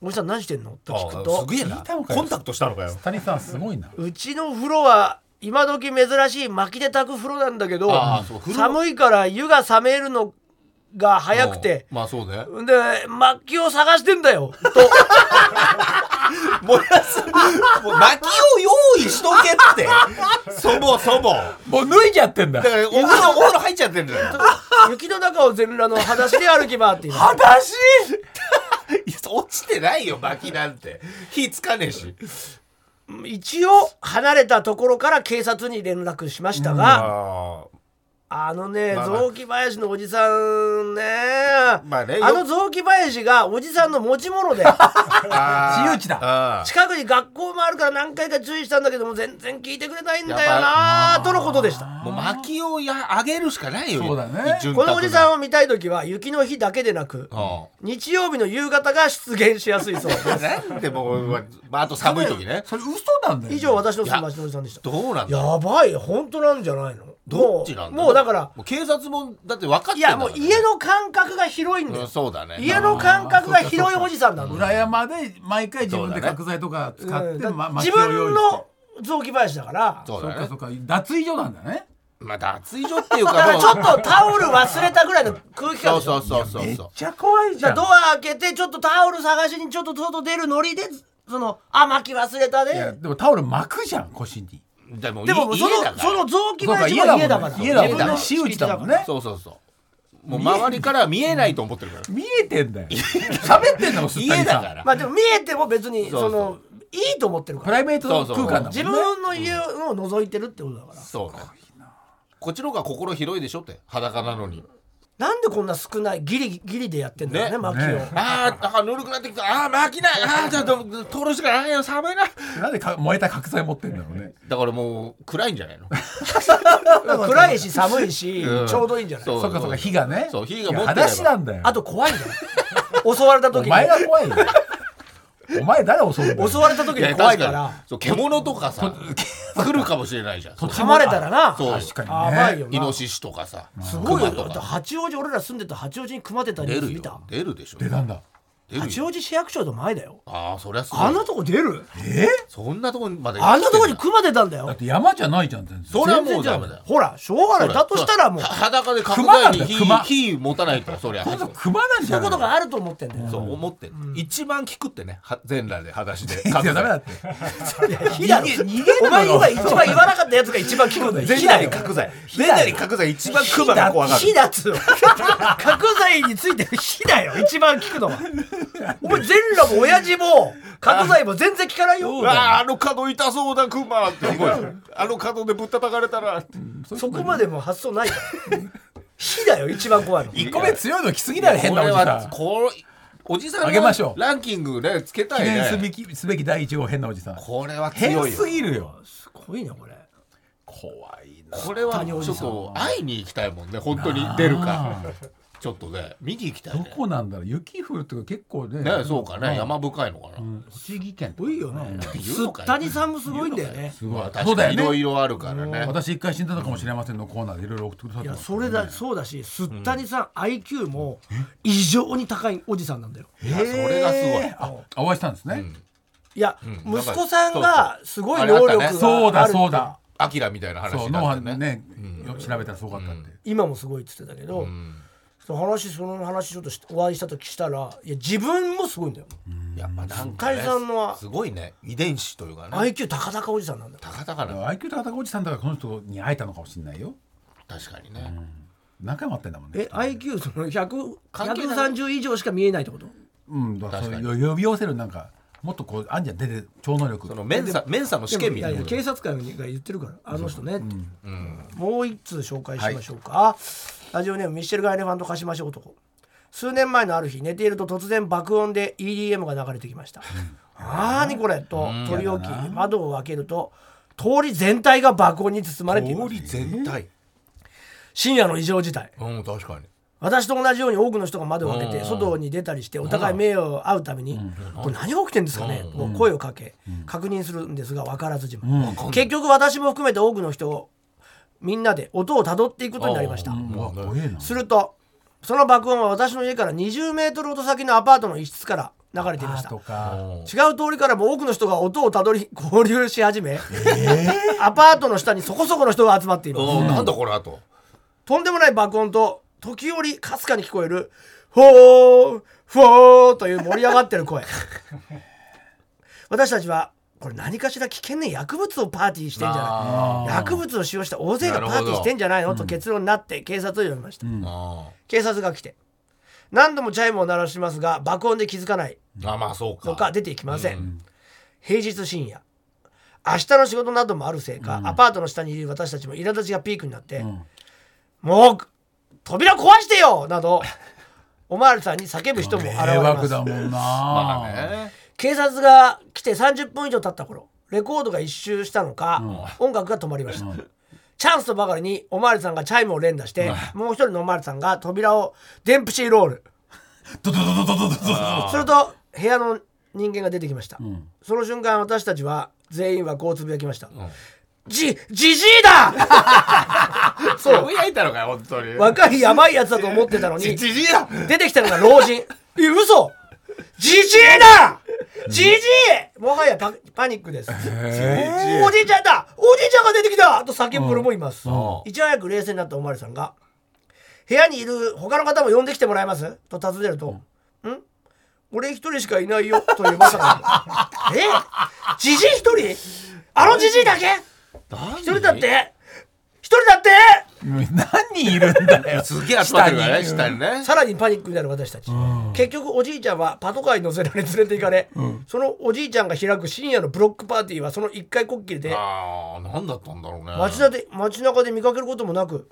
Speaker 1: おじさん何してんのと
Speaker 2: あ
Speaker 1: 聞くと
Speaker 2: すげえな
Speaker 3: 聞いたのかよ
Speaker 2: コンタクトしたのかよ
Speaker 3: 谷さんすごいな
Speaker 1: うちの風呂は今時珍しい薪で炊く風呂なんだけど
Speaker 2: あーそう風呂
Speaker 1: 寒いから湯が冷めるのが早くて
Speaker 2: うんまあそうね
Speaker 1: で薪を探してんだよ と
Speaker 2: 燃やすもう薪を用意しとけってそもそも
Speaker 3: もう脱いじゃってんだ
Speaker 2: だからお風呂お風呂入っちゃってるんだよ
Speaker 1: 雪の中を全裸の裸足で歩き回っている
Speaker 3: 裸足
Speaker 2: いや落ちてないよ薪なんて火つかねえし
Speaker 1: 一応離れたところから警察に連絡しましたが、
Speaker 2: あ
Speaker 1: あのね、
Speaker 2: まあまあ
Speaker 1: 雑木林のおじさんね,、
Speaker 2: まあねよ
Speaker 1: あの雑木林がおじさんの持ち物で。
Speaker 2: あ
Speaker 3: 私有地だ
Speaker 2: あー
Speaker 1: 近くに学校もあるから何回か注意したんだけども全然聞いてくれないんだよなとのことでした
Speaker 2: もう薪をやあげるしかないよ
Speaker 3: そうだね
Speaker 1: このおじさん
Speaker 2: ん
Speaker 1: を見たい時は雪の日だけでなく日曜日の夕方が出現しやすいそうです
Speaker 2: なんでもう、まあ、あと寒い時ね
Speaker 3: それ嘘なんだよ
Speaker 1: 以上私の住む町のおじさんでした
Speaker 2: どうなんだ
Speaker 1: やばい本当なんじゃないの
Speaker 2: どっちなんだ
Speaker 1: もうもうだから
Speaker 2: もう警察もだって分かっ
Speaker 1: い
Speaker 2: てんだ
Speaker 1: や
Speaker 2: から
Speaker 1: もう家の感覚が広いんだ
Speaker 2: うん
Speaker 1: よ
Speaker 2: そうだね
Speaker 1: 家の感覚が広いおじさんなの
Speaker 3: 裏山で毎回自分で角材とか使っ
Speaker 1: うん
Speaker 3: て、
Speaker 1: だ
Speaker 3: ま、
Speaker 1: 自
Speaker 3: 薪を用
Speaker 1: 分
Speaker 3: 意して
Speaker 1: の雑木林だから
Speaker 2: そう
Speaker 3: そう
Speaker 2: だ
Speaker 3: か
Speaker 2: ね
Speaker 3: そうか脱衣所なんだね
Speaker 2: まあ脱衣所っていうか
Speaker 1: だ からちょっ
Speaker 2: もう
Speaker 1: とタオル忘れたぐらいの空気感
Speaker 2: そう
Speaker 1: でしょ
Speaker 2: そうそうそう
Speaker 3: めっ
Speaker 2: そう
Speaker 3: ちゃ怖いじ
Speaker 1: じゃ
Speaker 3: ゃ
Speaker 1: あ
Speaker 3: ん
Speaker 1: ドア開けてちょっとタオル探しにちょっと外出るノリでそのあ巻き忘れた
Speaker 3: い
Speaker 1: ね
Speaker 3: やでもタオル巻くじゃん腰に
Speaker 2: でも
Speaker 1: でも
Speaker 2: い
Speaker 1: そ
Speaker 2: 家だ
Speaker 1: の
Speaker 2: から
Speaker 1: その雑木
Speaker 3: そうか
Speaker 1: 林
Speaker 3: 家
Speaker 1: は
Speaker 3: だ
Speaker 1: 家だ
Speaker 3: も
Speaker 1: か
Speaker 3: ん
Speaker 1: ら
Speaker 3: ね家だも
Speaker 2: 家だ
Speaker 3: んね
Speaker 2: から
Speaker 3: 私有地だもんね
Speaker 2: そうそうそうもう周りからは見えないと思ってるから
Speaker 3: 見えてんだよ喋ってんだもんすった
Speaker 2: 家
Speaker 3: り
Speaker 2: だ
Speaker 3: さ
Speaker 2: から
Speaker 1: まあでも見えても別に
Speaker 2: そうそ
Speaker 1: そうのいいと思ってるか
Speaker 3: プ
Speaker 1: ら
Speaker 3: ライベート空間だもんね
Speaker 1: 自分の家を覗いてるってことだから
Speaker 2: そうねこっちの方が心広いでしょって裸なのに
Speaker 1: なんでこんな少ないギリギリでやってんだろうね
Speaker 2: ね
Speaker 1: 巻きを
Speaker 3: ね
Speaker 2: あーあぬるくなってきたああー巻きないああじゃあ通るしかないよ寒いな
Speaker 3: なんでか燃えた角材持ってんだろうね
Speaker 2: だからもう暗いんじゃないの
Speaker 1: なんか暗いし寒いし
Speaker 2: うん
Speaker 1: ちょうどいいんじゃない
Speaker 2: そう
Speaker 3: そうかそうか火がね
Speaker 2: そう火が持っ
Speaker 3: いや
Speaker 2: てれば
Speaker 3: 裸足なんだよ
Speaker 1: あと怖いんだよ襲われた
Speaker 3: お
Speaker 1: 時に
Speaker 3: 前が怖いよお前誰襲うんだよ
Speaker 1: 襲われた時
Speaker 2: いや
Speaker 1: に怖い
Speaker 2: 確
Speaker 1: か
Speaker 2: からにそう獣とかさ来るかもしれないじゃん そう
Speaker 1: 噛まれたらな
Speaker 2: そう
Speaker 3: 確かに
Speaker 1: やばい
Speaker 3: ね
Speaker 1: よ
Speaker 2: イ
Speaker 1: な
Speaker 2: ノシシとかさ
Speaker 1: すごいよ
Speaker 2: 熊
Speaker 1: だ
Speaker 2: と
Speaker 1: って
Speaker 2: か
Speaker 1: 八王子俺ら住んでた八王子に熊出たニュ
Speaker 2: 出
Speaker 1: ース
Speaker 2: る
Speaker 1: 見
Speaker 2: よ
Speaker 1: た
Speaker 2: 出るでしょ
Speaker 3: 出たんだ
Speaker 2: 出る
Speaker 1: 八
Speaker 2: よ
Speaker 1: 王子市役所の前だよ
Speaker 2: ああそりゃそう
Speaker 1: あんなとこ出る
Speaker 3: え
Speaker 2: そんなとこまで
Speaker 1: あんなとこに熊出たんだ
Speaker 3: だ
Speaker 1: よ
Speaker 3: って山じゃないじゃん全然
Speaker 2: それは
Speaker 1: 全
Speaker 2: も
Speaker 1: 然
Speaker 2: う
Speaker 1: じゃ
Speaker 2: ダ
Speaker 1: ん
Speaker 2: メだよ
Speaker 1: ほらしょうがないだとしたらもう
Speaker 2: は裸で角
Speaker 3: 熊な
Speaker 2: 材
Speaker 3: んだ
Speaker 2: に
Speaker 3: よ
Speaker 2: 火
Speaker 3: 熊
Speaker 2: 火持たないとそりゃ
Speaker 3: 今度熊なんじ
Speaker 1: そう
Speaker 3: ゃ
Speaker 1: いう
Speaker 3: ない
Speaker 1: ことがあると思ってんだよ
Speaker 2: そう思ってんの一番効くってねは全裸で裸足で
Speaker 3: いやダメだって
Speaker 1: 火だろお前今一番言わなかったやつが一番聞くんだよ
Speaker 2: 全
Speaker 1: 火だ
Speaker 2: 裸に
Speaker 1: よ
Speaker 2: 角材全裸に角材一番クマが怖がる
Speaker 1: 火だっつうの 角材についてる火だよ一番聞くのはお前全裸も親父も角材も全然聞かないよ
Speaker 2: うわああの角痛そうだクマってすごいあの角でぶったたかれたらって
Speaker 1: そこまでも発想ない から火だよ一番怖いの
Speaker 3: 1個目強いの来すぎだよ変なおじ
Speaker 2: これは
Speaker 3: さん
Speaker 2: こうおじさん
Speaker 3: あげましょう
Speaker 2: ランキングねつけた
Speaker 3: 記
Speaker 2: い
Speaker 3: 念すべ
Speaker 2: ね
Speaker 3: きすべき第一号変なおじさん
Speaker 2: これは強
Speaker 3: 変
Speaker 2: いよ
Speaker 3: すぎるよ
Speaker 1: すごいねこれ
Speaker 3: 怖いな
Speaker 2: これはちょっと会いに行きたいもんね本当に出るかちょっとね見に行きたい
Speaker 3: ど
Speaker 2: ね
Speaker 3: こなんだろう雪降るっていうか結構ね
Speaker 2: ねそうか
Speaker 3: まあ
Speaker 2: ね山深いのかな
Speaker 3: 栃木県
Speaker 1: すごいよね
Speaker 2: 言うのかい
Speaker 1: 谷さんもすごいんだよね
Speaker 3: すご
Speaker 2: まあ
Speaker 3: い
Speaker 2: 確
Speaker 3: そう
Speaker 2: か
Speaker 3: だ
Speaker 2: にい
Speaker 3: よ
Speaker 2: ろ
Speaker 3: ね
Speaker 2: いろあるからね
Speaker 3: 私一回死んでたかもしれませんのコーナーでいろいろ送ってくださっ
Speaker 1: い
Speaker 3: て
Speaker 1: や
Speaker 3: ます
Speaker 1: それだそうだしすったにさん IQ も異常に高いおじさんなんだよ
Speaker 2: いやそれがすごい
Speaker 3: ああお会いしたんですね
Speaker 1: いや
Speaker 2: うん
Speaker 1: 息子さんがすごい能力があるって
Speaker 3: そうだそうだ
Speaker 2: アキラみたいな
Speaker 3: そ
Speaker 2: 話
Speaker 3: う
Speaker 2: にな
Speaker 3: 脳
Speaker 2: って
Speaker 3: 波
Speaker 2: ね
Speaker 3: ねよ調べたらすごかったって
Speaker 1: 今もすごいっつってたけど、その話その話ちょっとしお会いした時したらいや自分もすごいんだよ、
Speaker 2: やっぱなんか
Speaker 1: 谷
Speaker 2: ね
Speaker 1: さんのは
Speaker 2: すごいね遺伝子というかね
Speaker 1: IQ 高々おじさんなんだよ
Speaker 2: 高々な
Speaker 3: IQ 高田おじさんだからこの人に会えたのかもしれないよ
Speaker 2: 確かにね
Speaker 3: 何回も会ってんだもんね
Speaker 1: え IQ その100
Speaker 2: 関係ない
Speaker 1: 130以上しか見えないってこと
Speaker 3: うんだから
Speaker 2: 確かに
Speaker 3: そういう呼び寄せるなんかもっとこうあんじゃん出て超能力
Speaker 2: そのメンサメンサの試験みたい
Speaker 1: や
Speaker 2: な
Speaker 1: や警察官が言ってるからあの人ねって、もう一通紹介しましょうか、ラジオネームミシェルガエレファント貸しましょう男数年前のある日寝ていると突然爆音で EDM が流れてきました「あーにこれ」と取り置き窓を開けると通り全体が爆音に包まれていま
Speaker 2: 通
Speaker 1: す
Speaker 2: り全体
Speaker 1: 深夜の異常事態
Speaker 2: うん確かに
Speaker 1: 私と同じように多くの人が窓を開けて外に出たりしてお互い目を合うために「これ何が起きてんですかね?」と声をかけ確認するんですが分からずじまい結局私も含めて多くの人をみんなで音をたどっていくことになりました
Speaker 3: うわ怖えな
Speaker 1: するとその爆音は私の家から20メートルほど先のアパートの一室から流れていま
Speaker 3: あ
Speaker 1: した
Speaker 3: とか
Speaker 1: 違う通りからも多くの人が音をたどり交流し始め、アパートの下にそこそこの人が集まっています
Speaker 2: うんなんだこれあと
Speaker 1: とんでもない爆音と時折かすかに聞こえる「フォーフォー」という盛り上がってる声 私たちはこれ何かしら危険な薬物をパーティーしてんじゃない薬物を使用した大勢がパーティーしてんじゃないのと結論になって警察を呼びました、
Speaker 2: あ
Speaker 1: 警察が来て何度もチャイムを鳴らしますが爆音で気づかない
Speaker 2: ーあまあそうか
Speaker 1: のか出ていきません、平日深夜明日の仕事などもあるせいか、アパートの下にいる私たちも苛立ちがピークになって、もう扉壊してよなどおまわりさんに叫ぶ人も現れ
Speaker 3: 迷
Speaker 1: ま
Speaker 3: 惑
Speaker 1: す
Speaker 3: だもんな
Speaker 2: まあね
Speaker 1: 警察が来て30分以上経った頃レコードが一周したのか、音楽が止まりました、チャンスとばかりにおまわりさんがチャイムを連打して、もう一人のおまわりさんが扉をデンプシーロール
Speaker 3: ドドドドドドドド
Speaker 1: すると部屋の人間が出てきました、その瞬間私たちは全員はこうつぶやきました、じじじいだ
Speaker 2: そうぼやいたのかよ本当に
Speaker 1: 若いやばいやつだと思ってたのに
Speaker 2: じじじいだ
Speaker 1: 出てきたのが老人 え嘘じじいだじじいもはやパパニックですおじいちゃんだおじいちゃんが出てきたと叫ぶ者もいます、いち早く冷静になったおまわりさんが部屋にいる他の方も呼んできてもらえますと尋ねると「ん俺一人しかいないよ」というまさか のえじじい一人あのじじいだけ
Speaker 2: 一
Speaker 1: 一人だって一人だって
Speaker 3: 何人いるんだよ
Speaker 2: すげえ集まってるからね下にね
Speaker 1: さらにパニックになる私たち、結局おじいちゃんはパトカーに乗せられ連れて行かれ、そのおじいちゃんが開く深夜のブロックパーティーはその一回こっきりで
Speaker 2: ああ何だったんだろうね
Speaker 1: 街中で街中で見かけることもなく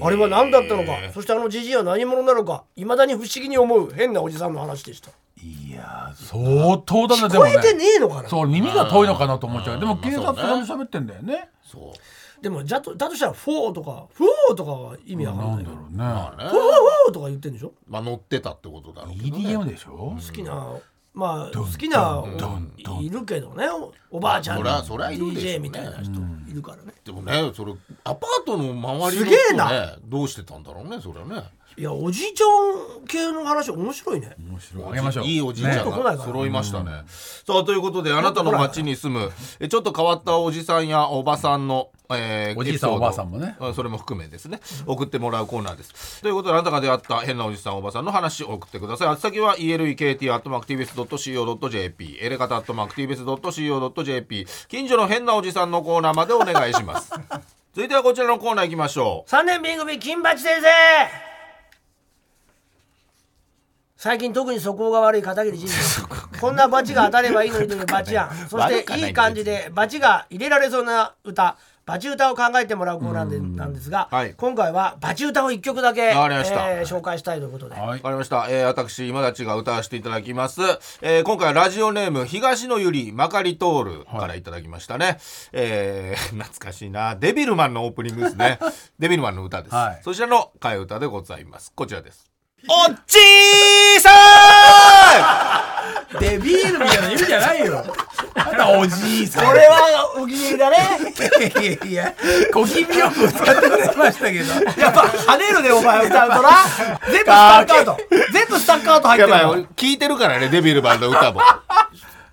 Speaker 1: あれは何だったのか、そしてあのじじいは何者なのかいまだに不思議に思う変なおじさんの話でした
Speaker 3: いや相当だねでも
Speaker 1: 超えてね
Speaker 3: ね
Speaker 1: えのかな
Speaker 3: そう耳が遠いのかなと思っちゃうでも警察
Speaker 2: まあそうね
Speaker 3: が喋ってんだよね
Speaker 2: そう
Speaker 1: でもじゃとだとしたら「フォー」とか「フォー」とかは意味わかん
Speaker 3: な
Speaker 1: なんい
Speaker 3: だ
Speaker 1: よ
Speaker 3: ろうね
Speaker 2: まあ
Speaker 1: フォ
Speaker 2: ね
Speaker 1: ー」フォーとか言ってんでしょ
Speaker 2: まあ乗ってたってことだろうけどね
Speaker 3: EDM でしょ
Speaker 1: 好きなまあ好きな
Speaker 3: ドンドン
Speaker 1: いるけどねおおばあちゃん
Speaker 2: そ
Speaker 1: の
Speaker 2: らそらいるでしょうね
Speaker 1: DJ みたいな人いるからね
Speaker 2: でもねそれアパートの周り
Speaker 1: す
Speaker 2: の
Speaker 1: げえ
Speaker 2: 人
Speaker 1: な
Speaker 2: ねどうしてたんだろうねそれはね
Speaker 1: いやおじいちゃん系の話面白いね
Speaker 3: 面白いあげましょう
Speaker 2: いいおじいちゃん
Speaker 1: ね来ないから
Speaker 2: が揃いましたね。さあということであなたの町に住むえちょっと変わったおじさんやおばさんの、えー
Speaker 3: おじいさん
Speaker 2: エピソード
Speaker 3: おばあさんもね
Speaker 2: あそれも含めですね送ってもらうコーナーです。ということであなたが出会った変なおじさんおばさんの話を送ってください。宛先は elekt.mactvs.co.jp エレカタ .mactvs.co.jp 近所の変なおじさんのコーナーまでお願いし ます。続いてはこちらのコーナー行きましょう。
Speaker 1: 三年 B 組金八先生最近特に素行が悪い片桐仁 ですこんなバチが当たればいいのにというバチ案そ
Speaker 2: 悪
Speaker 1: し
Speaker 2: かな
Speaker 1: て
Speaker 2: い
Speaker 1: いい感じでバチが入れられそうな歌バチ歌を考えてもらうコーナーでなんですが、
Speaker 2: はい
Speaker 1: 今回はバチ歌を一曲だけ、え
Speaker 2: わかりました
Speaker 1: ー紹介したいということで、
Speaker 3: はい
Speaker 2: わかりました。えー、私、今立ちが歌わせていただきます。えー、今回はラジオネーム、東野ゆり、まかり通るからいただきましたね。えー、 懐かしいな。デビルマンのオープニングですね。デビルマンの歌です。
Speaker 3: はい
Speaker 2: そちらの替え歌でございます。こちらです。おっちーさーん
Speaker 3: デビールみたいな意味じゃないよあんたおじいさん
Speaker 1: これはお気に入 りだね
Speaker 3: いやいや小気味よく歌ってくれましたけど
Speaker 1: やっぱ跳ねるでお前歌うとな全部スタッカート全部スタッカート入っ
Speaker 2: や
Speaker 1: て
Speaker 2: ばい、
Speaker 1: る
Speaker 2: 俺聞いてるからね、デビルマンの歌も。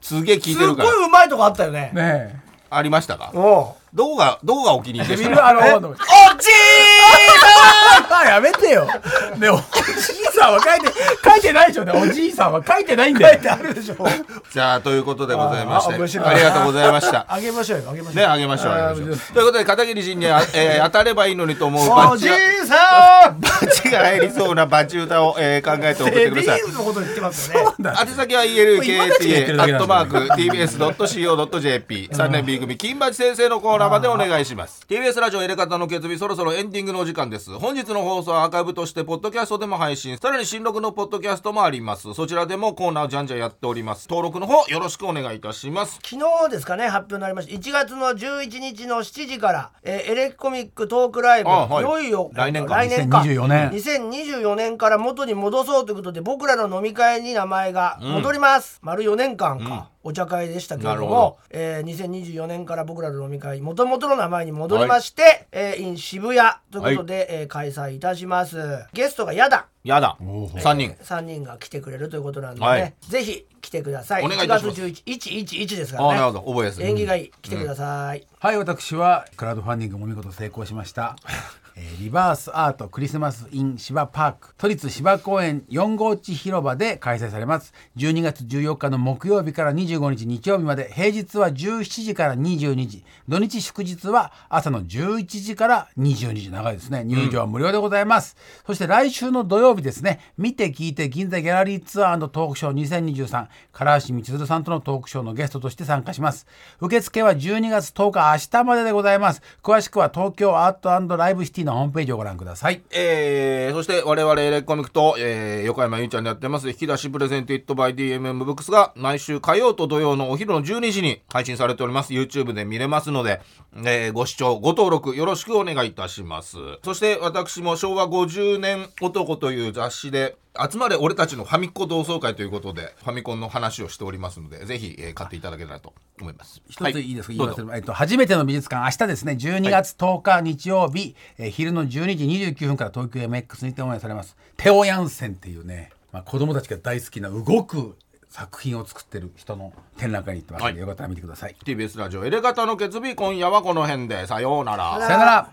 Speaker 2: すげえ聞い
Speaker 1: す
Speaker 2: て
Speaker 1: っ
Speaker 2: る
Speaker 1: ご
Speaker 2: から。
Speaker 1: いうまいとこあったよね
Speaker 3: ね
Speaker 2: ありましたか
Speaker 1: おう
Speaker 2: どこが、どこがお気に入り
Speaker 3: え
Speaker 2: で
Speaker 3: デ
Speaker 2: し
Speaker 3: ビ
Speaker 2: た
Speaker 3: ル
Speaker 2: か
Speaker 3: あのあの
Speaker 2: おっち
Speaker 3: やめてよねおじいさんは書いて書いてないでしょねおじいさんは書いてないんだよ
Speaker 1: あるでしょ
Speaker 2: ーじゃあ、ということでございまし
Speaker 1: あ面白
Speaker 2: て、
Speaker 1: いな
Speaker 2: ありがとうございました。
Speaker 1: あげましょうよあげましょう
Speaker 2: ね、
Speaker 1: よ
Speaker 2: あげましょう、あげましょ
Speaker 3: あ
Speaker 2: う
Speaker 3: ー。
Speaker 2: ということで、片桐仁にあ、えー当たればいいのにと思う
Speaker 1: お
Speaker 2: バ
Speaker 1: じ
Speaker 2: チ
Speaker 1: い
Speaker 2: が、
Speaker 1: さん
Speaker 2: バチが入りそうなバチ歌を、えー考えて送って
Speaker 1: デ
Speaker 2: く
Speaker 1: ビ
Speaker 2: ださい
Speaker 1: ー。ルのこと言ってますよね
Speaker 2: 宛先は
Speaker 3: 今たちが言っ
Speaker 2: elkta
Speaker 3: てる
Speaker 2: ア
Speaker 3: だけ
Speaker 2: ッ
Speaker 3: な
Speaker 2: ト
Speaker 3: んだ
Speaker 2: マーク tbs.co.jp 3年 B 組金八先生のコーナーまでお願いします TBS ラジオエレカタの決意そろそろエンディングのお時間です本日の放送はアーカイブとしてポッドキャストでも配信さらに新録のポッドキャストもありますそちらでもコーナーじゃんじゃんやっております登録の方よろしくお願いいたします
Speaker 1: 昨日ですかね発表になりました1月の11日の7時から、えーエレコミックトークライブ、
Speaker 2: あ
Speaker 1: い
Speaker 2: はい
Speaker 1: よいよ
Speaker 2: 来年か
Speaker 1: 来年か
Speaker 3: 2024年
Speaker 1: 2024年から元に戻そうということで僕らの飲み会に名前が戻ります、丸4年間か、お茶会でしたけれど
Speaker 2: なるほ
Speaker 1: もえー2024年から僕らの飲み会元々の名前に戻りまして、えー in 渋谷ということで、えー開催いたしますゲストがやだ
Speaker 2: やだ3人
Speaker 1: 3人が来てくれるということなんでね、
Speaker 2: はい
Speaker 1: ぜひ来てください
Speaker 2: お願いい
Speaker 1: 1
Speaker 2: たし
Speaker 1: 月
Speaker 2: ます
Speaker 1: 11 111ですか
Speaker 2: ああな
Speaker 1: ら
Speaker 2: る
Speaker 1: ね
Speaker 2: ほど覚えやすい
Speaker 1: 縁起がいい来てください、
Speaker 3: はい私はクラウドファンディングも見事成功しました、えーリバースアートクリスマス in 芝パーク都立芝公園4号地広場で開催されます12月14日の木曜日から25日日曜日まで平日は17時から22時土日祝日は朝の11時から22時長いですね入場は無料でございます、そして来週の土曜日ですね見て聞いて銀座ギャラリーツアートークショー2023唐橋光弘さんとのトークショーのゲストとして参加します受付は12月10日明日まででございます詳しくは東京アートライブシティのホームページをご覧ください
Speaker 2: えー、そして我々エレコミックと、えー、横山ゆうちゃんでやってます引き出しプレゼンティットバイ DMM ブックスが毎週火曜と土曜のお昼の12時に配信されております YouTube で見れますので、えー、ご視聴ご登録よろしくお願いいたしますそして私も昭和50年男という雑誌で集まれ俺たちのファミコ同窓会ということでファミコンの話をしておりますのでぜひ、えー買っていただけたらと思います
Speaker 3: 一
Speaker 2: は
Speaker 3: ついいですか、言い
Speaker 2: どう
Speaker 3: 忘れ
Speaker 2: ぞ
Speaker 3: まえっと、初めての美術館明日ですね12月10日日曜日、えー昼の12時29分から東京 MX にて応援されますテオヤンセンっていうね、まあ、子供たちが大好きな動く作品を作ってる人の展覧会に行ってますので、
Speaker 2: はい
Speaker 3: よかったら見てください
Speaker 2: TBS ラジオエレガタの決日今夜はこの辺でさようなら
Speaker 3: さよなら